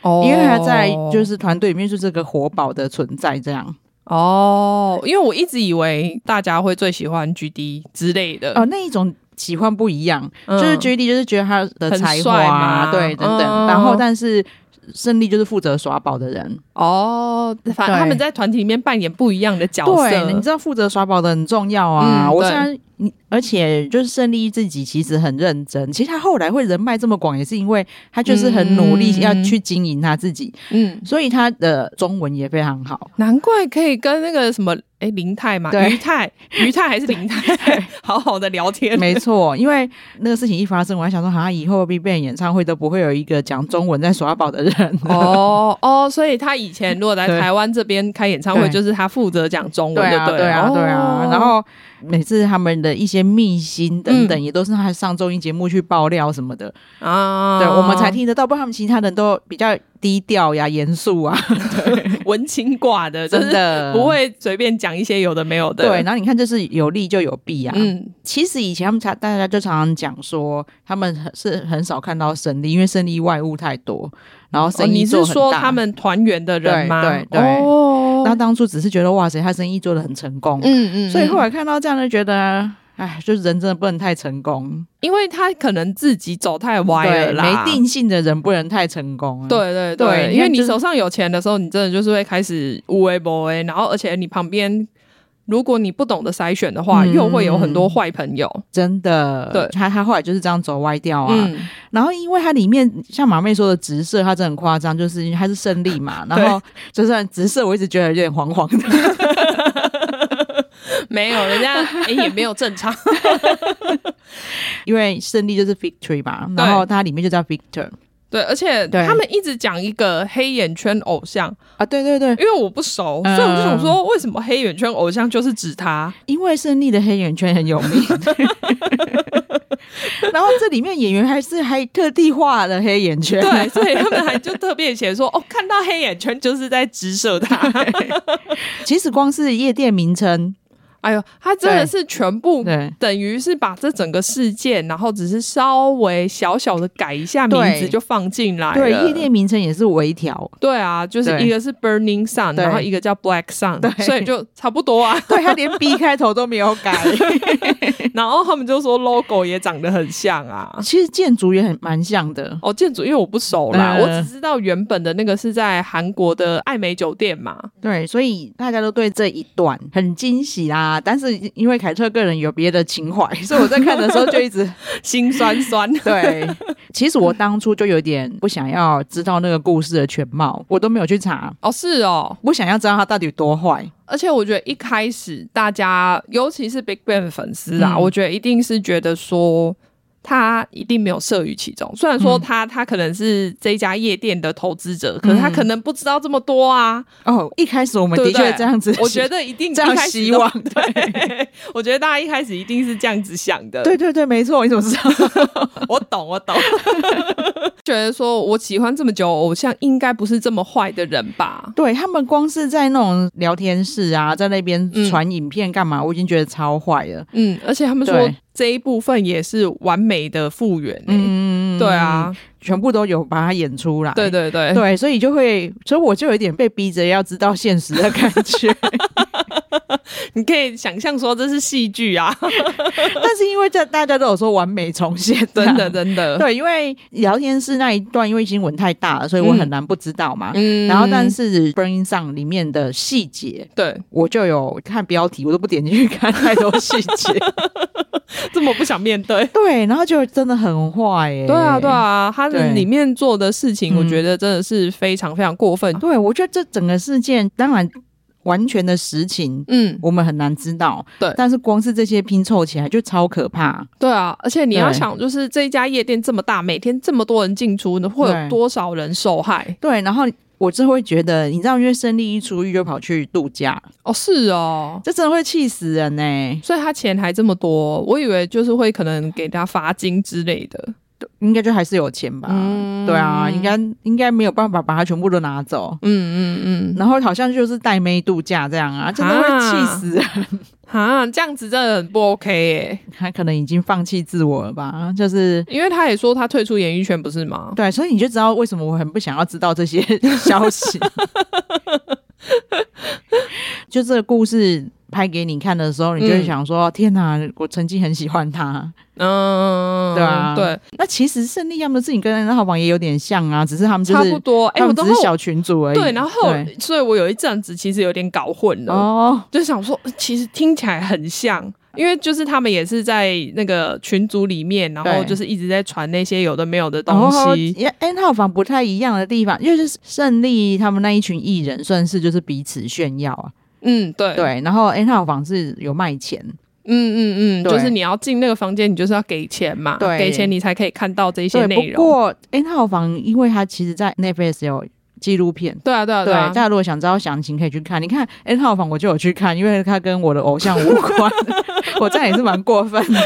A: 哦
B: 因为他在就是团队里面就是个活宝的存在，这样
A: 哦，因为我一直以为大家会最喜欢 GD 之类的，
B: 哦，那一种喜欢不一样。
A: 嗯
B: 就是 J D 就是觉得他的才
A: 很
B: 华
A: 帅
B: 啊、
A: 嘛
B: 对等等，
A: 嗯
B: 然后但是胜利就是负责耍宝的人，
A: 哦，反正
B: 对
A: 他们在团体里面扮演不一样的角色
B: 对，你。知道负责耍宝的很重要啊。
A: 嗯
B: 我
A: 对
B: 虽然你，而且就是胜利自己其实很认真，其实他后来会人脉这么广，也是因为他就是很努力
A: 嗯
B: 要去经营他自己，
A: 嗯，
B: 所以他的中文也非常
A: *laughs*
B: 好。
A: 难怪可以跟那个什么，哎，林泰嘛，
B: 对 *laughs*
A: 于泰，于泰还是林泰， *laughs* 好好的聊天。
B: 没错，因为那个事情一发生，我还想说，好像以后 BigBang 演唱会都不会有一个讲中文在耍宝的人。 *laughs*
A: 哦哦，所以他以前如果在
B: 对
A: 台湾这边开演唱会，
B: 对
A: 就是他负责讲中文
B: 对
A: 就
B: 啊，
A: 了
B: 对啊，对啊
A: 哦。
B: 然后每次他们的一些秘辛等
A: 嗯
B: 等，也都是他上综艺节目去爆料什么的，
A: 啊，
B: 对我们才听得到。不然他们其他人都比较低调呀、严肃
A: *laughs*
B: 啊，
A: *laughs* 文青挂的，
B: 真
A: 就是
B: 的
A: 不。会随便讲一些有的没有的。
B: 对，然后你看，就是有利就有弊啊。
A: 嗯，
B: 其实以前他们常大家就常常讲说，他们很是很少看到胜利，因为胜利外物太多，然后
A: 哦，
B: 生意
A: 你
B: 做
A: 是
B: 很大。
A: 说他们团员的人吗？
B: 对对对
A: 哦，
B: 那当初只是觉得哇塞，他生意做的很成功，
A: 嗯嗯，
B: 所以后
A: 来，
B: 来看到这样就觉得，哎，就是人真的不能太成功。
A: 因为他可能自己走太歪了
B: 对，
A: 啦，
B: 没。定性的人不能太成功、啊。
A: 对
B: 对
A: 对对，
B: 你
A: 因为
B: 看
A: 你
B: 就是
A: 手上有钱的时候，你真的就是会开始无为不为，然后而且你旁边如果你不懂得筛选的话，
B: 嗯
A: 又会有很多坏朋友。
B: 真的，
A: 对
B: 他他后来就是这样走歪掉啊。
A: 嗯，
B: 然后因为它里面像马妹说的直射，它真的很夸张，就是因为它是胜利 *laughs* 嘛，然后就算直射，我一直觉得有点黄黄的。
A: *laughs* 没有，人家、诶也没有正常。
B: 因为胜利就是 victory 嘛，然后它里面就叫 Victor
A: 对，而且
B: 对
A: 他们一直讲一个黑眼圈偶像，
B: 啊，对对对，
A: 因为我不熟，
B: 嗯
A: 所以我就想说，为什么黑眼圈偶像就是指他？
B: 因为胜利的黑眼圈很有 *laughs* 名，然后这里面演员还是还特地画了黑眼圈，
A: 对，所以他们还就特别写说，哦，看到黑眼圈就是在直射他。
B: 其实光是夜店名称，
A: 哎呦，他真的是全部
B: 对
A: 等于是把这整个事件，然后只是稍微小小的改一下名字
B: 对
A: 就放进来了。
B: 对，夜店名称也是微调，
A: 对啊，就是
B: 对
A: 一个是 Burning Sun，
B: 对
A: 然后一个叫 Black Sun，
B: 对。
A: 所以就差不多啊
B: 对他连 B 开头都没有改。
A: 然后他们就说 logo 也长得很像啊。
B: *laughs* 其实建筑也很蛮像的，
A: 哦，建筑因为我不熟啦，
B: 嗯
A: 我只知道原本的那个是在韩国的艾美酒店嘛。
B: 对，所以大家都对这一段很惊喜啦。但是因为凯特个人有别的情怀， *laughs* 所以我在看的时候就一
A: *laughs*
B: 直
A: 心酸酸，
B: 对。其实我当初就有点不想要知道那个故事的全貌，我都没有去查，
A: *laughs* 哦是哦，
B: 我想要知道他到底有多坏。
A: 而且我觉得一开始大家，尤其是 Big Bang 的粉丝啊，
B: 嗯
A: 我觉得一定是觉得说他一定没有涉于其中。虽然
B: 嗯
A: 说他、他可能是这一家夜店的投资者，可是他可能不知道这么多啊。
B: 哦，一开始我们
A: 对
B: 的
A: 不对
B: 确这样子，
A: 我觉得一
B: *laughs*
A: 定
B: 这样
A: 一开始
B: 希
A: 都
B: 望。
A: 对， *laughs* 我觉得大家一开始一定是这样子想的。
B: 对对对，没错，你怎么知
A: *laughs*
B: 道？
A: 我懂，我懂。 *laughs* 觉得说我喜欢这么久偶像，应该不是这么坏的人吧？
B: 对他们光是在那种聊天室啊，在那边
A: 嗯
B: 传影片干嘛，我已经觉得超坏了。
A: 嗯，而且他们说
B: 对
A: 这一部分也是完美的复原、欸。
B: 嗯，哎
A: 对，啊，
B: 全部都有把它演出来。
A: 对对对，
B: 对，所以就会，所以我就有一点被逼着要知道现实的感 *laughs* 觉。
A: 你可以想象说这是戏剧啊， *laughs*
B: 但是因为这大家都有说完美重现，啊
A: 真的。真的，
B: *laughs* 对，因为聊天室那一段，因为新闻太大了，所以我
A: 嗯
B: 很难不知道嘛。
A: 嗯
B: 然后，但是《Burning Sun》里面的细节，
A: 对
B: 我就有看标题，我都不点进去看太多细节。。
A: 这么不想面对
B: *laughs* 对，然后就真的很坏耶、
A: 对啊，对。啊，他的
B: 对嗯
A: 里面做的事情，我觉得真的是非常非常过分。
B: 对，我觉得这整个事件，当然完全的实情
A: 嗯，
B: 我们很难知道，
A: 对
B: 但是光是这些拼凑起来就超可怕。
A: 对啊，而且你要
B: 对
A: 想，就是这一家夜店这么大，每天这么多人进出，会有
B: 对
A: 多少人受害？
B: 对，然后我就会觉得，你知道，因为胜利一出狱就跑去度假，
A: 哦，是哦，
B: 这真的会气死人呢、
A: 所以他钱还这么多，我以为就是会可能给他罚金之类的。
B: 应该就还是有钱吧？对啊，应该应该没有办法把他全部都拿走。
A: 嗯嗯嗯，
B: 然后好像就是带妹度假这样啊，真的会气死人。 *laughs*
A: 哈，这样子真的很不 OK 耶、
B: 他可能已经放弃自我了吧？就是
A: 因为他也说他退出演艺圈不是吗？
B: 对，所以你就知道为什么我很不想要知道这些 *laughs* 消息。就这个故事拍给你看的时候，你就会
A: 嗯
B: 想说：“天哪，我曾经很喜欢他。
A: 嗯，
B: 对啊
A: 对，”
B: 那其实胜利他们的事情跟那好王也有点像啊，只是他们就
A: 差
B: 是
A: 不多。哎、
B: 他
A: 我
B: 们只
A: 都
B: 是小群组而已。
A: 对，然后呃
B: 对
A: 所以我有一阵子其实有点搞混了，
B: 哦，
A: 就想说呃其实听起来很像。因为就是他们也是在那个群组里面，然后
B: 对哦
A: 就是一直在传那些有的没有的东
B: 然后
A: 西，
B: 也 N 号房不太一样的地方，因为就是胜利他们那一群艺人算是就是彼此炫耀啊，
A: 嗯，对，
B: 对。然后 N 号房是有卖钱，
A: 嗯嗯嗯，
B: 对
A: 就是你要进那个房间，你就是要给钱嘛，
B: 对
A: 给钱你才可以看到这些
B: 对。
A: 内
B: 不
A: 容。
B: 过 N 号房因为它其实在 Netflix 有纪录片，
A: 对啊，对啊，
B: 对，
A: 啊
B: 大，家如果想知道详情可以去看。你看 N 号房我就有去看，因为它跟我的偶像无关， *laughs* 我这样也是蛮过分的。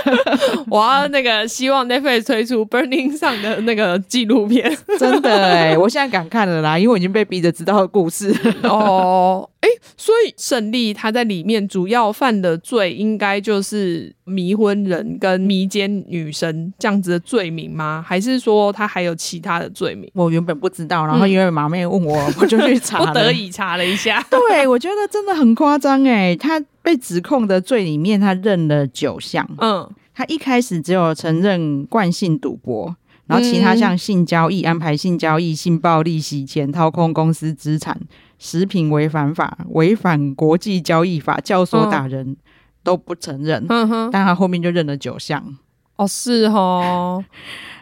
A: 我要那个希望 Netflix 推出 Burning 上的那个纪录片。
B: *laughs* 真的哎、我现在敢看了啦，因为我已经被逼着知道故事。
A: *laughs* 哦，哎、所以胜利他在里面主要犯的罪，应该就是迷婚人跟迷奸女生这样子的罪名吗？还是说他还有其他的罪名？
B: 我原本不知道，然后因为马妹问我， *laughs* 我就去查了，，
A: 嗯不得已查了一下
B: *laughs* 对，我觉得真的很夸张哎，他被指控的罪里面，他认了九项。
A: 嗯，
B: 他一开始只有承认惯性赌博，然后其他像性交易、安排性交易、性暴力、洗钱、掏空公司资产、食品违反法、违反国际
A: 嗯
B: 交易法、教唆打人、都不承认。
A: 哼哼，
B: 但他后面就认了九项，
A: 哦，是哦，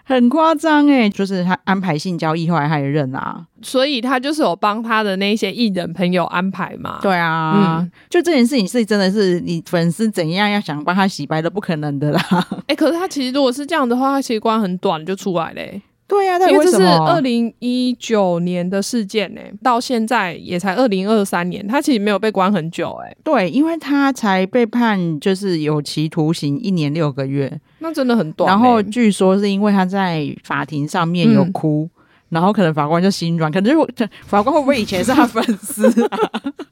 B: 很夸张哎，就是他安排性交易，后来他也认啊啦、
A: 所以他就是有帮他的那些艺人朋友安排嘛。
B: 对啊，
A: 嗯
B: 就这件事情是真的是你粉丝怎样要想帮他洗白都不可能的啦。
A: 哎、可是他其实如果是这样的话，他其实关很短就出来嘞、
B: *laughs* 对呀、啊，到底
A: 因为这
B: 什
A: 是
B: 么
A: 二零一九年的事件呢、到现在也才二零二三年，他其实没有被关很久哎、
B: 对，因为他才被判就是有期徒刑一年六个月，
A: 那真的很短欸、
B: 然后据说是因为他在法庭上面有
A: 嗯
B: 哭。然后可能法官就心软，可能就 *laughs* 法官会不会以前是他粉丝、啊？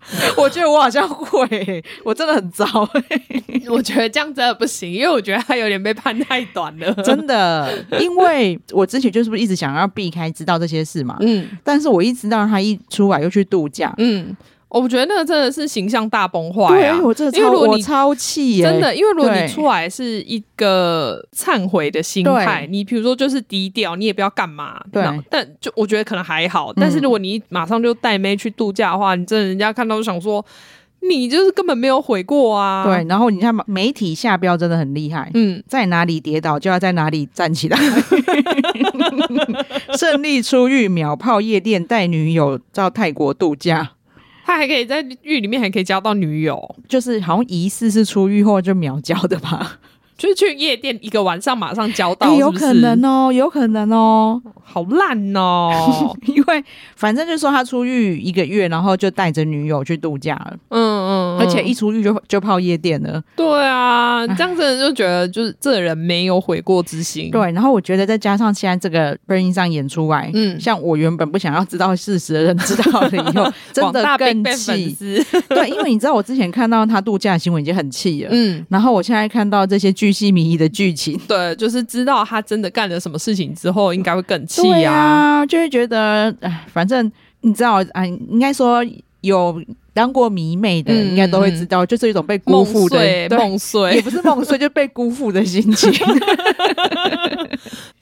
B: *laughs* 我觉得我好像会、我真的很糟、欸
A: *laughs* 我觉得这样真的不行，因为我觉得他有点被判太短 *laughs* 了。
B: 真的，因为我之前就是不是一直想要避开知道这些事嘛，
A: 嗯
B: 但是我一直到他一出来又去度假，
A: 嗯，我觉得那个真的是形象大崩坏
B: 对，哎
A: 啊！
B: 我真的
A: 因为
B: 超
A: 如果
B: 我
A: 你
B: 超气耶、
A: 真的，因为如果
B: 对
A: 你出来是一个忏悔的心态，你比如说就是低调，你也不要干嘛，
B: 对
A: 那但就我觉得可能还好，但是如果你马上就带妹去度假的话，你真的人家看到就想说，你就是根本没有悔过啊。
B: 对，，然后你看嘛媒体下标真的很厉害。
A: 嗯，
B: 在哪里跌倒就要在哪里站起来， *laughs* 胜利出狱，秒泡夜店，带女友到泰国度假，
A: 他还可以在狱里面还可以交到女友，
B: 就是好像疑似是出狱后就秒交的吧？
A: 就是去夜店一个晚上马上交 *laughs* 到，
B: 哎、有
A: 是不是
B: 可能哦，有可能哦。
A: 好烂
B: *laughs*
A: 哦。
B: 因为反正就说他出狱一个月，然后就带着女友去度假了，
A: 嗯嗯，嗯
B: 而且一出狱就就泡夜店了。
A: 对啊，这样真的就觉得就是这人没有悔过之心。，
B: 对，然后我觉得再加上现在这个 b r i n 上演出来，
A: 嗯
B: 像我原本不想要知道事实的人知道了以
A: *laughs*
B: 后，真
A: 广
B: 的
A: 大 Big
B: 更
A: Bang 粉
B: 气。
A: 丝，
B: 对，因为你知道我之前看到他度假的新闻已经很气了。
A: 嗯。
B: 然后我现在看到这些巨细靡遗的剧情，
A: *laughs* 对，就是知道他真的干了什么事情之后，应该会更气
B: 对
A: 呀、
B: 啊，就会觉得，哎，反正你知道，哎，应该说有当过迷妹的，
A: 嗯
B: 应该都会
A: 嗯
B: 知道，就是一种被辜
A: 梦
B: 负的
A: 碎，
B: 对
A: 梦
B: 也
A: 碎，
B: *laughs* 不是梦碎，就被辜负的心 *laughs* 情。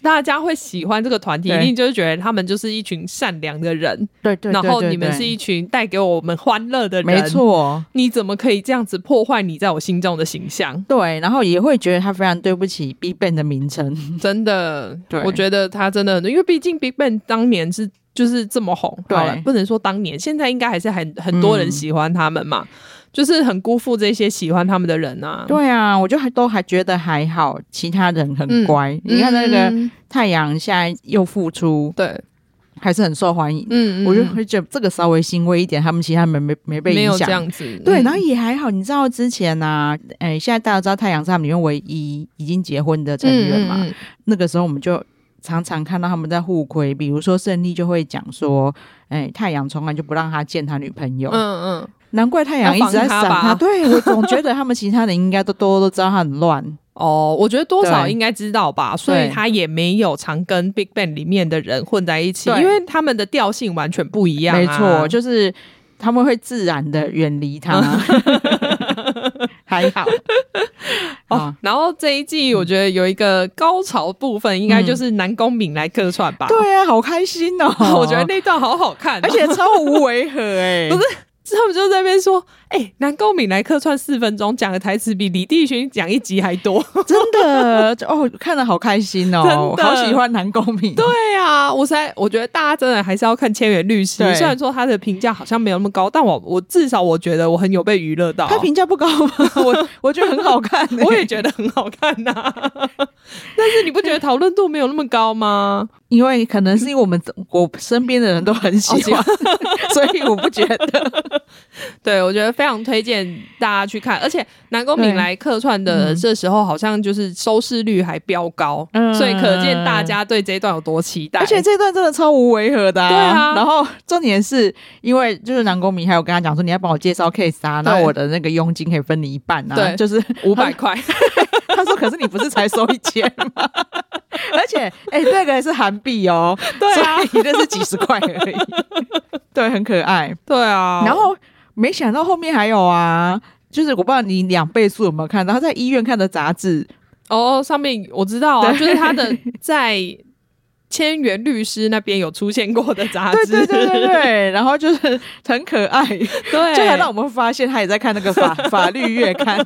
A: 大家会喜欢这个团体，
B: 对
A: 一定就是觉得他们就是一群善良的人，
B: 对对
A: 然后你们是一群带给我们欢乐的人，
B: 没。错，
A: 你怎么可以这样子破坏你在我心中的形象？
B: 对，然后也会觉得他非常对不起 Big Bang 的名 *laughs* 称。
A: 真的
B: 对，
A: 我觉得他真的很，因为毕竟 Big Bang 当年是就是这么红，
B: 对
A: 好了，不能说当年，现在应该还是很很多人
B: 嗯
A: 喜欢他们嘛，就是很辜负这些喜欢他们的人啊。
B: 对啊，我就还都还觉得还好，其他人很
A: 嗯
B: 乖。你看那个
A: 嗯
B: 太阳现在又复出，
A: 对，
B: 还是很受欢迎。
A: 嗯，嗯
B: 我就
A: 嗯
B: 会觉得这个稍微欣慰一点，他们其他人没没被
A: 没
B: 影
A: 有这
B: 响。
A: 样子。
B: 对，
A: 嗯
B: 然后也还好，你知道之前呢、啊，哎、现在大家都知道太阳是他们里面唯一已经结婚的成员嘛，
A: 嗯嗯嗯
B: 那个时候我们就常常看到他们在互亏，比如说胜利就会讲说，哎、太阳从来就不让他见他女朋友，
A: 嗯嗯，
B: 难怪太阳一直在闪
A: 要防
B: 他。
A: 他吧
B: 对我总觉得他们其他人应该都多都知道他很
A: *laughs*
B: 乱，
A: 哦，我觉得多少
B: 对
A: 应该知道吧，所以
B: 对
A: 他也没有常跟 Big Bang 里面的人混在一起，
B: 对
A: 因为他们的调性完全不一样、啊
B: 没错，。就是他们会自然的远离他， *laughs*
A: *laughs*
B: 还好。
A: 哦
B: 啊，，
A: 然后这一季我觉得有一个高潮部分，应该就是南宫敏来客串吧。
B: 对啊，好开心哦
A: *laughs* ！我觉得那段好好看哦、
B: 而且超无违和
A: *laughs*
B: 哎、不是
A: 他们就在那边 *laughs* 说：“哎、南宫敏来客串四分钟，讲的台词比李帝勋讲一集还多。
B: 真的就哦，看得好开心哦，
A: *laughs* 真的
B: 我好喜欢南宫珉。对”
A: *laughs* 对啊，我才我觉得大家真的还是要看《千元律师
B: 对》，
A: 虽然说他的评价好像没有那么高，但我我至少我觉得我很有被娱乐到。
B: 他评价不高 *laughs* 吗？我我觉得很好看、欸，
A: *laughs* 我也觉得很好看呐、 *laughs* 但是你不觉得讨论度没有那么高吗？
B: 因为可能是因为我们我身边的人都很哦喜欢， *laughs* 所以我不觉得。
A: 对，我觉得非常推荐大家去看，而且南宫敏
B: 对
A: 来客串的这时候好像就是收视率还飙高，
B: 嗯
A: 所以可见大家对这一段有多期待。
B: *laughs* 而且这段真的超无违和的、
A: 对啊
B: 然后重点是因为就是南宫珉还有跟他讲说你要帮我介绍 case 啊，
A: 对
B: 那我的那个佣金可以分你一半啊。
A: 对
B: 就是
A: 五百
B: *laughs*
A: 块，
B: 他说可是你不是才收一千吗？ *laughs* 而且哎、那个还是韩币哦，
A: 对啊
B: 所以那是几十块而已。对，很可爱。
A: *laughs* 对啊，
B: 然后没想到后面还有啊，就是我不知道你两倍速有没有看到，他在医院看的杂志，
A: 哦，上面我知道啊，
B: 对
A: 就是他的在千元律师那边有出现过的杂
B: 对
A: 志，
B: 对对对对，然后就是
A: *laughs*
B: 很可爱，
A: 对 *laughs*
B: 就还让我们发现他也在看那个法法律月刊，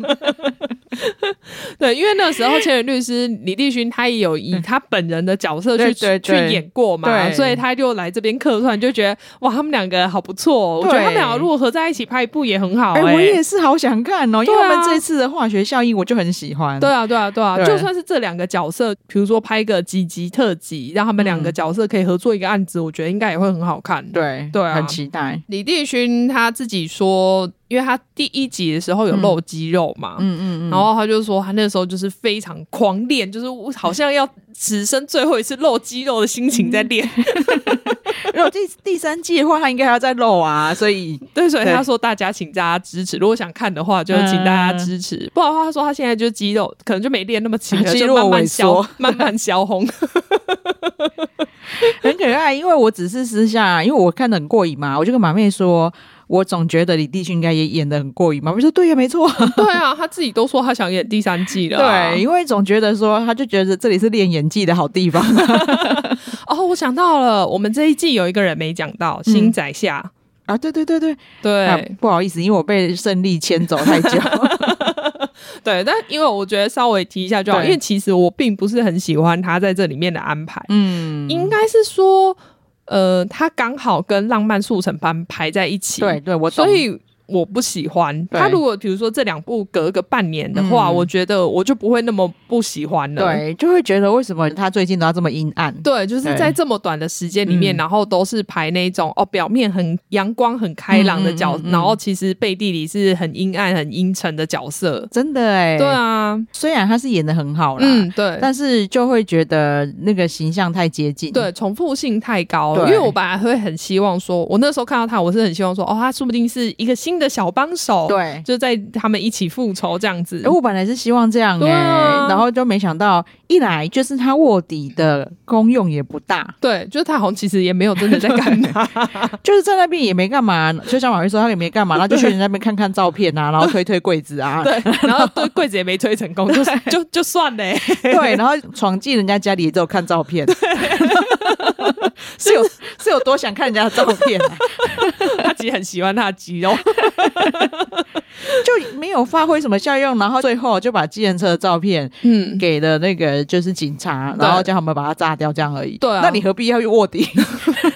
A: 对，因为那时候千人律师李立勋他也有以他本人的角色
B: 嗯
A: 去
B: 对对对
A: 去演过嘛，
B: 对
A: 所以他就来这边客串，就觉得哇，他们两个好不错、哦，我觉
B: 对
A: 得他们两个如果合在一起拍一部也很好、
B: 哎、
A: 欸。
B: 我也是好想看哦，因为
A: 对啊
B: 他们这次的化学效应我就很喜欢。
A: 对啊，对啊，对啊，
B: 对
A: 就算是这两个角色，比如说拍个几集特辑，让他们两个角色可以合作一个案子，我觉得应该也会很好看。
B: 嗯对
A: 对啊
B: 很期待。
A: 李帝勋他自己说，因为他第一集的时
B: 嗯
A: 候有露肌肉嘛，
B: 嗯嗯嗯，
A: 然后他就说他那时候就是非常狂练，就是我好像要此生最后一次露肌肉的心情在练。
B: *laughs* 如果第第三季的话，他应该还要再露
A: *laughs*
B: 啊，所以
A: *laughs* 对，所以
B: 对
A: 他说大家请大家支持，如果想看的话，就请大家支持，不然的话，他说他现在就是肌肉可能就没练那么勤了，
B: 肌
A: 就
B: 肉
A: 慢慢
B: 萎
A: 消 *laughs*
B: 缩，
A: 慢慢消红。
B: 很可爱。因为我只是私下，因为我看的很过瘾嘛，我就跟马妹说，我总觉得李帝勋应该也演的很过瘾嘛。马妹说对呀、没错。
A: 对啊，他自己都说他想演第三季了、啊
B: 对，，因为总觉得说，他就觉得这里是练演技的好地方。
A: 哦，我想到了，我们这一季有一个人没讲到，新宰相。
B: *laughs* 啊，对对对对，
A: 对、
B: 啊不好意思，因为我被胜利牵走太久。
A: 对，但因为我觉得稍微提一下就好，
B: 对
A: 因为其实我并不是很喜欢他在这里面的安排，
B: *laughs* 嗯，
A: 应该是说，呃，他刚好跟浪漫速成班排在一起，
B: *laughs* 对，对，我懂
A: 所以我不喜欢
B: 对
A: 他。如果比如说这两部隔个半年的话，
B: 嗯
A: 我觉得我就不会那么不喜欢了。
B: 对，就会觉得为什么他最近都要这么阴暗？
A: 对，就是
B: 对
A: 在这么短的时间里面，
B: 嗯
A: 然后都是排那种哦，表面很阳光、很开朗的角，
B: 嗯嗯嗯嗯
A: 然后其实背地里是很阴暗、很阴沉的角色。
B: 真的哎、
A: 对，啊，
B: 虽然他是演的很好啦，
A: 嗯，对。
B: 但是就会觉得那个形象太接近。
A: 对，重复性太高了，
B: 对
A: 因为我本来会很希望说，我那时候看到他，我是很希望说，哦，他说不定是一个新的小帮手，，
B: 对，
A: 就在他们一起复仇这样子
B: 哎，。我本来是希望这样哎、
A: 对啊
B: 然后就没想到一来就是他卧底的功用也不大，
A: 对，就是他好像其实也没有真的在干
B: *laughs*
A: 嘛，
B: 就是在那边也没干嘛，就像马云说他也没
A: *laughs*
B: 干嘛，然后就去人那边看看照片啊，然后推推柜子啊，
A: 对，然后对柜子也没推成功，就就就算了欸，
B: *laughs* 对，然后闯进人家家里也只有看照片，啊 *laughs* 是有是有多想看人家的照片、
A: *laughs*
B: 啊，
A: 他其实很喜欢他的肌肉，
B: 就没有发挥什么效用，然后最后就把计程车的照片
A: 嗯，
B: 给了那个就是警察，
A: 对
B: 然后叫他们把它炸掉，这样而已。
A: 对啊
B: 那你何必要去卧
A: *laughs*
B: 底？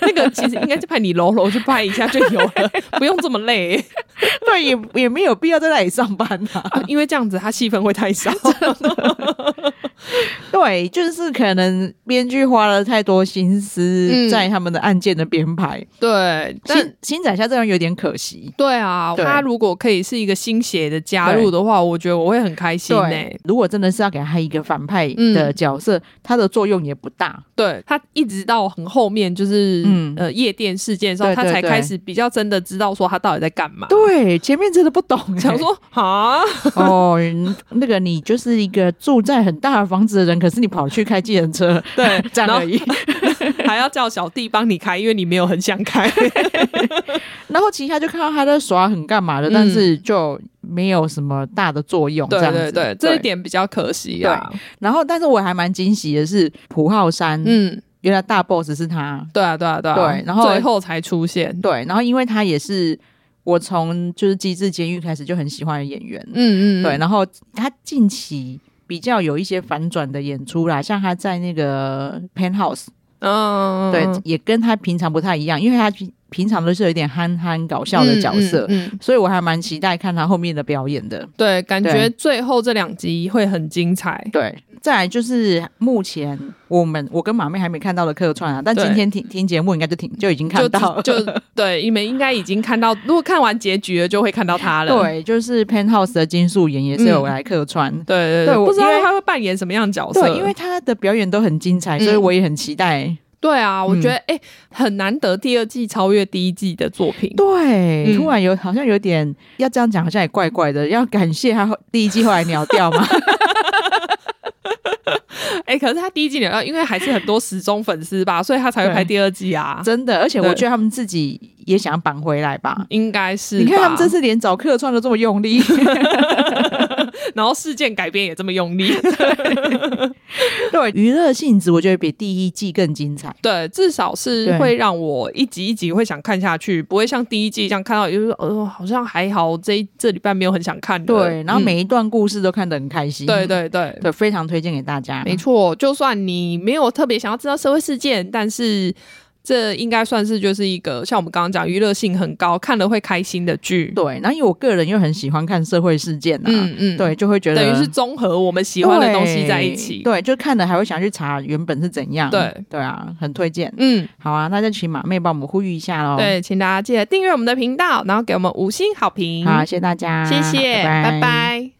A: 那个其实应该是派你喽喽去拍一下就有了，不用这么累、
B: *laughs* 对，也也没有必要在那里上班啊。
A: *laughs* 啊因为这样子他戏份会太少。
B: 对，就是可能编剧花了太多心思
A: 嗯
B: 在他们的案件的编排，
A: 对，但
B: 新新宰相这样有点可惜。
A: 对啊，
B: 对
A: 他如果可以是一个新血的加入的话，我觉得我会很开心欸呢、
B: 对，如果真的是要给他一个反派
A: 嗯
B: 的角色，他的作用也不大。
A: 对他一直到很后面，就是、
B: 嗯
A: 呃夜店事件的时候，
B: 对对
A: 他才
B: 对
A: 开始比较真的知道说他到底在干嘛。
B: 对，前面真的不懂、欸，*laughs*
A: 想说啊，
B: 哦，那个你就是一个住在很大的房子的人，可是你跑去开计程
A: *laughs*
B: 车，
A: 对
B: *laughs* 这样而
A: *laughs*
B: 已。
A: 还要叫小弟帮你开，因为你没有很想
B: *laughs*
A: 开。
B: 然后其他就看到他在耍很干嘛的，
A: 嗯
B: 但是就没有什么大的作用，
A: 对
B: 这样子。
A: 对对，这一。点比较可惜啊。
B: 然后，但是我还蛮惊喜的是，蒲浩山、
A: 嗯，
B: 原来大 boss 是他，
A: 对啊，对啊，对啊。
B: 对然后
A: 最后才出现。
B: 对。然后因为他也是我从就是《机智监狱》开始就很喜欢的演员，
A: 嗯嗯，嗯
B: 对。然后他近期。比较有一些反转的演出啦，像他在那个 Penthouse，
A: 嗯，
B: 对，
A: 嗯
B: 也跟他平常不太一样，因为他平平常都是有一点憨憨搞笑的角色，
A: 嗯嗯嗯
B: 所以我还蛮期待看他后面的表演的。
A: 对，感
B: 对
A: 觉最后这两集会很精彩。
B: 对，再来就是目前我们我跟马妹还没看到的客串啊，但
A: 对
B: 今天听听节目应该就听就已经看
A: 就
B: 到了。
A: 就对，你们应该已经看到，如果看完结局了，就会看到他
B: *laughs*
A: 了。嗯
B: 对，就是 Penthouse 的金素妍也是有来客串。
A: 对对
B: 对我
A: 不知道
B: 因为
A: 他会扮演什么样的角色。
B: 对，因为他的表演都很精彩，
A: 嗯
B: 所以我也很期待。
A: 对啊，我觉得哎、诶很难得第二季超越第一季的作品。
B: 对，
A: 嗯
B: 突然有好像有点要这样讲，好像也怪怪的，要感谢他后第一季后来鸟掉 *laughs* 嘛。
A: 哎、可是他第一季呢，因为还是很多时钟粉丝吧，所以他才会拍
B: 对
A: 第二季啊。
B: 真的，而且我
A: *laughs* 对
B: 觉得他们自己也想绑回来吧。
A: 应该是
B: 你看他
A: 吧
B: *laughs* 们这次连找客串都这么用力，
A: *laughs* 然后事件改编也这么用 *laughs* 力，
B: 对娱乐性质，我觉得比第一季更精彩。
A: 对，至少是
B: 对
A: 会让我一集一集会想看下去，不会像第一季这样看到就是哦，好像还好，这一这礼拜没有很想看的。
B: 对，然后
A: 嗯、
B: 每一段故事都看得很开心。
A: 对对对。
B: 对，非常推荐给大家。
A: 没错，就算你没有特别想要知道社会事件，但是这应该算是就是一个像我们刚刚讲娱乐性很高，看了会开心的剧。
B: 对，那因为我个人又很喜欢看社会事件啊，
A: 嗯嗯，，
B: 对，就会觉得
A: 等于是综合我们喜欢的东西在一起。
B: 对，对就看了还会想去查原本是怎样。
A: 对
B: 对啊，很推荐。
A: 嗯，
B: 好啊，那就请马妹帮我们呼吁一下喽。，
A: 对，请大家记得订阅我们的频道，然后给我们五星好评。
B: 好，谢谢大家，
A: 谢谢，
B: 拜
A: 拜拜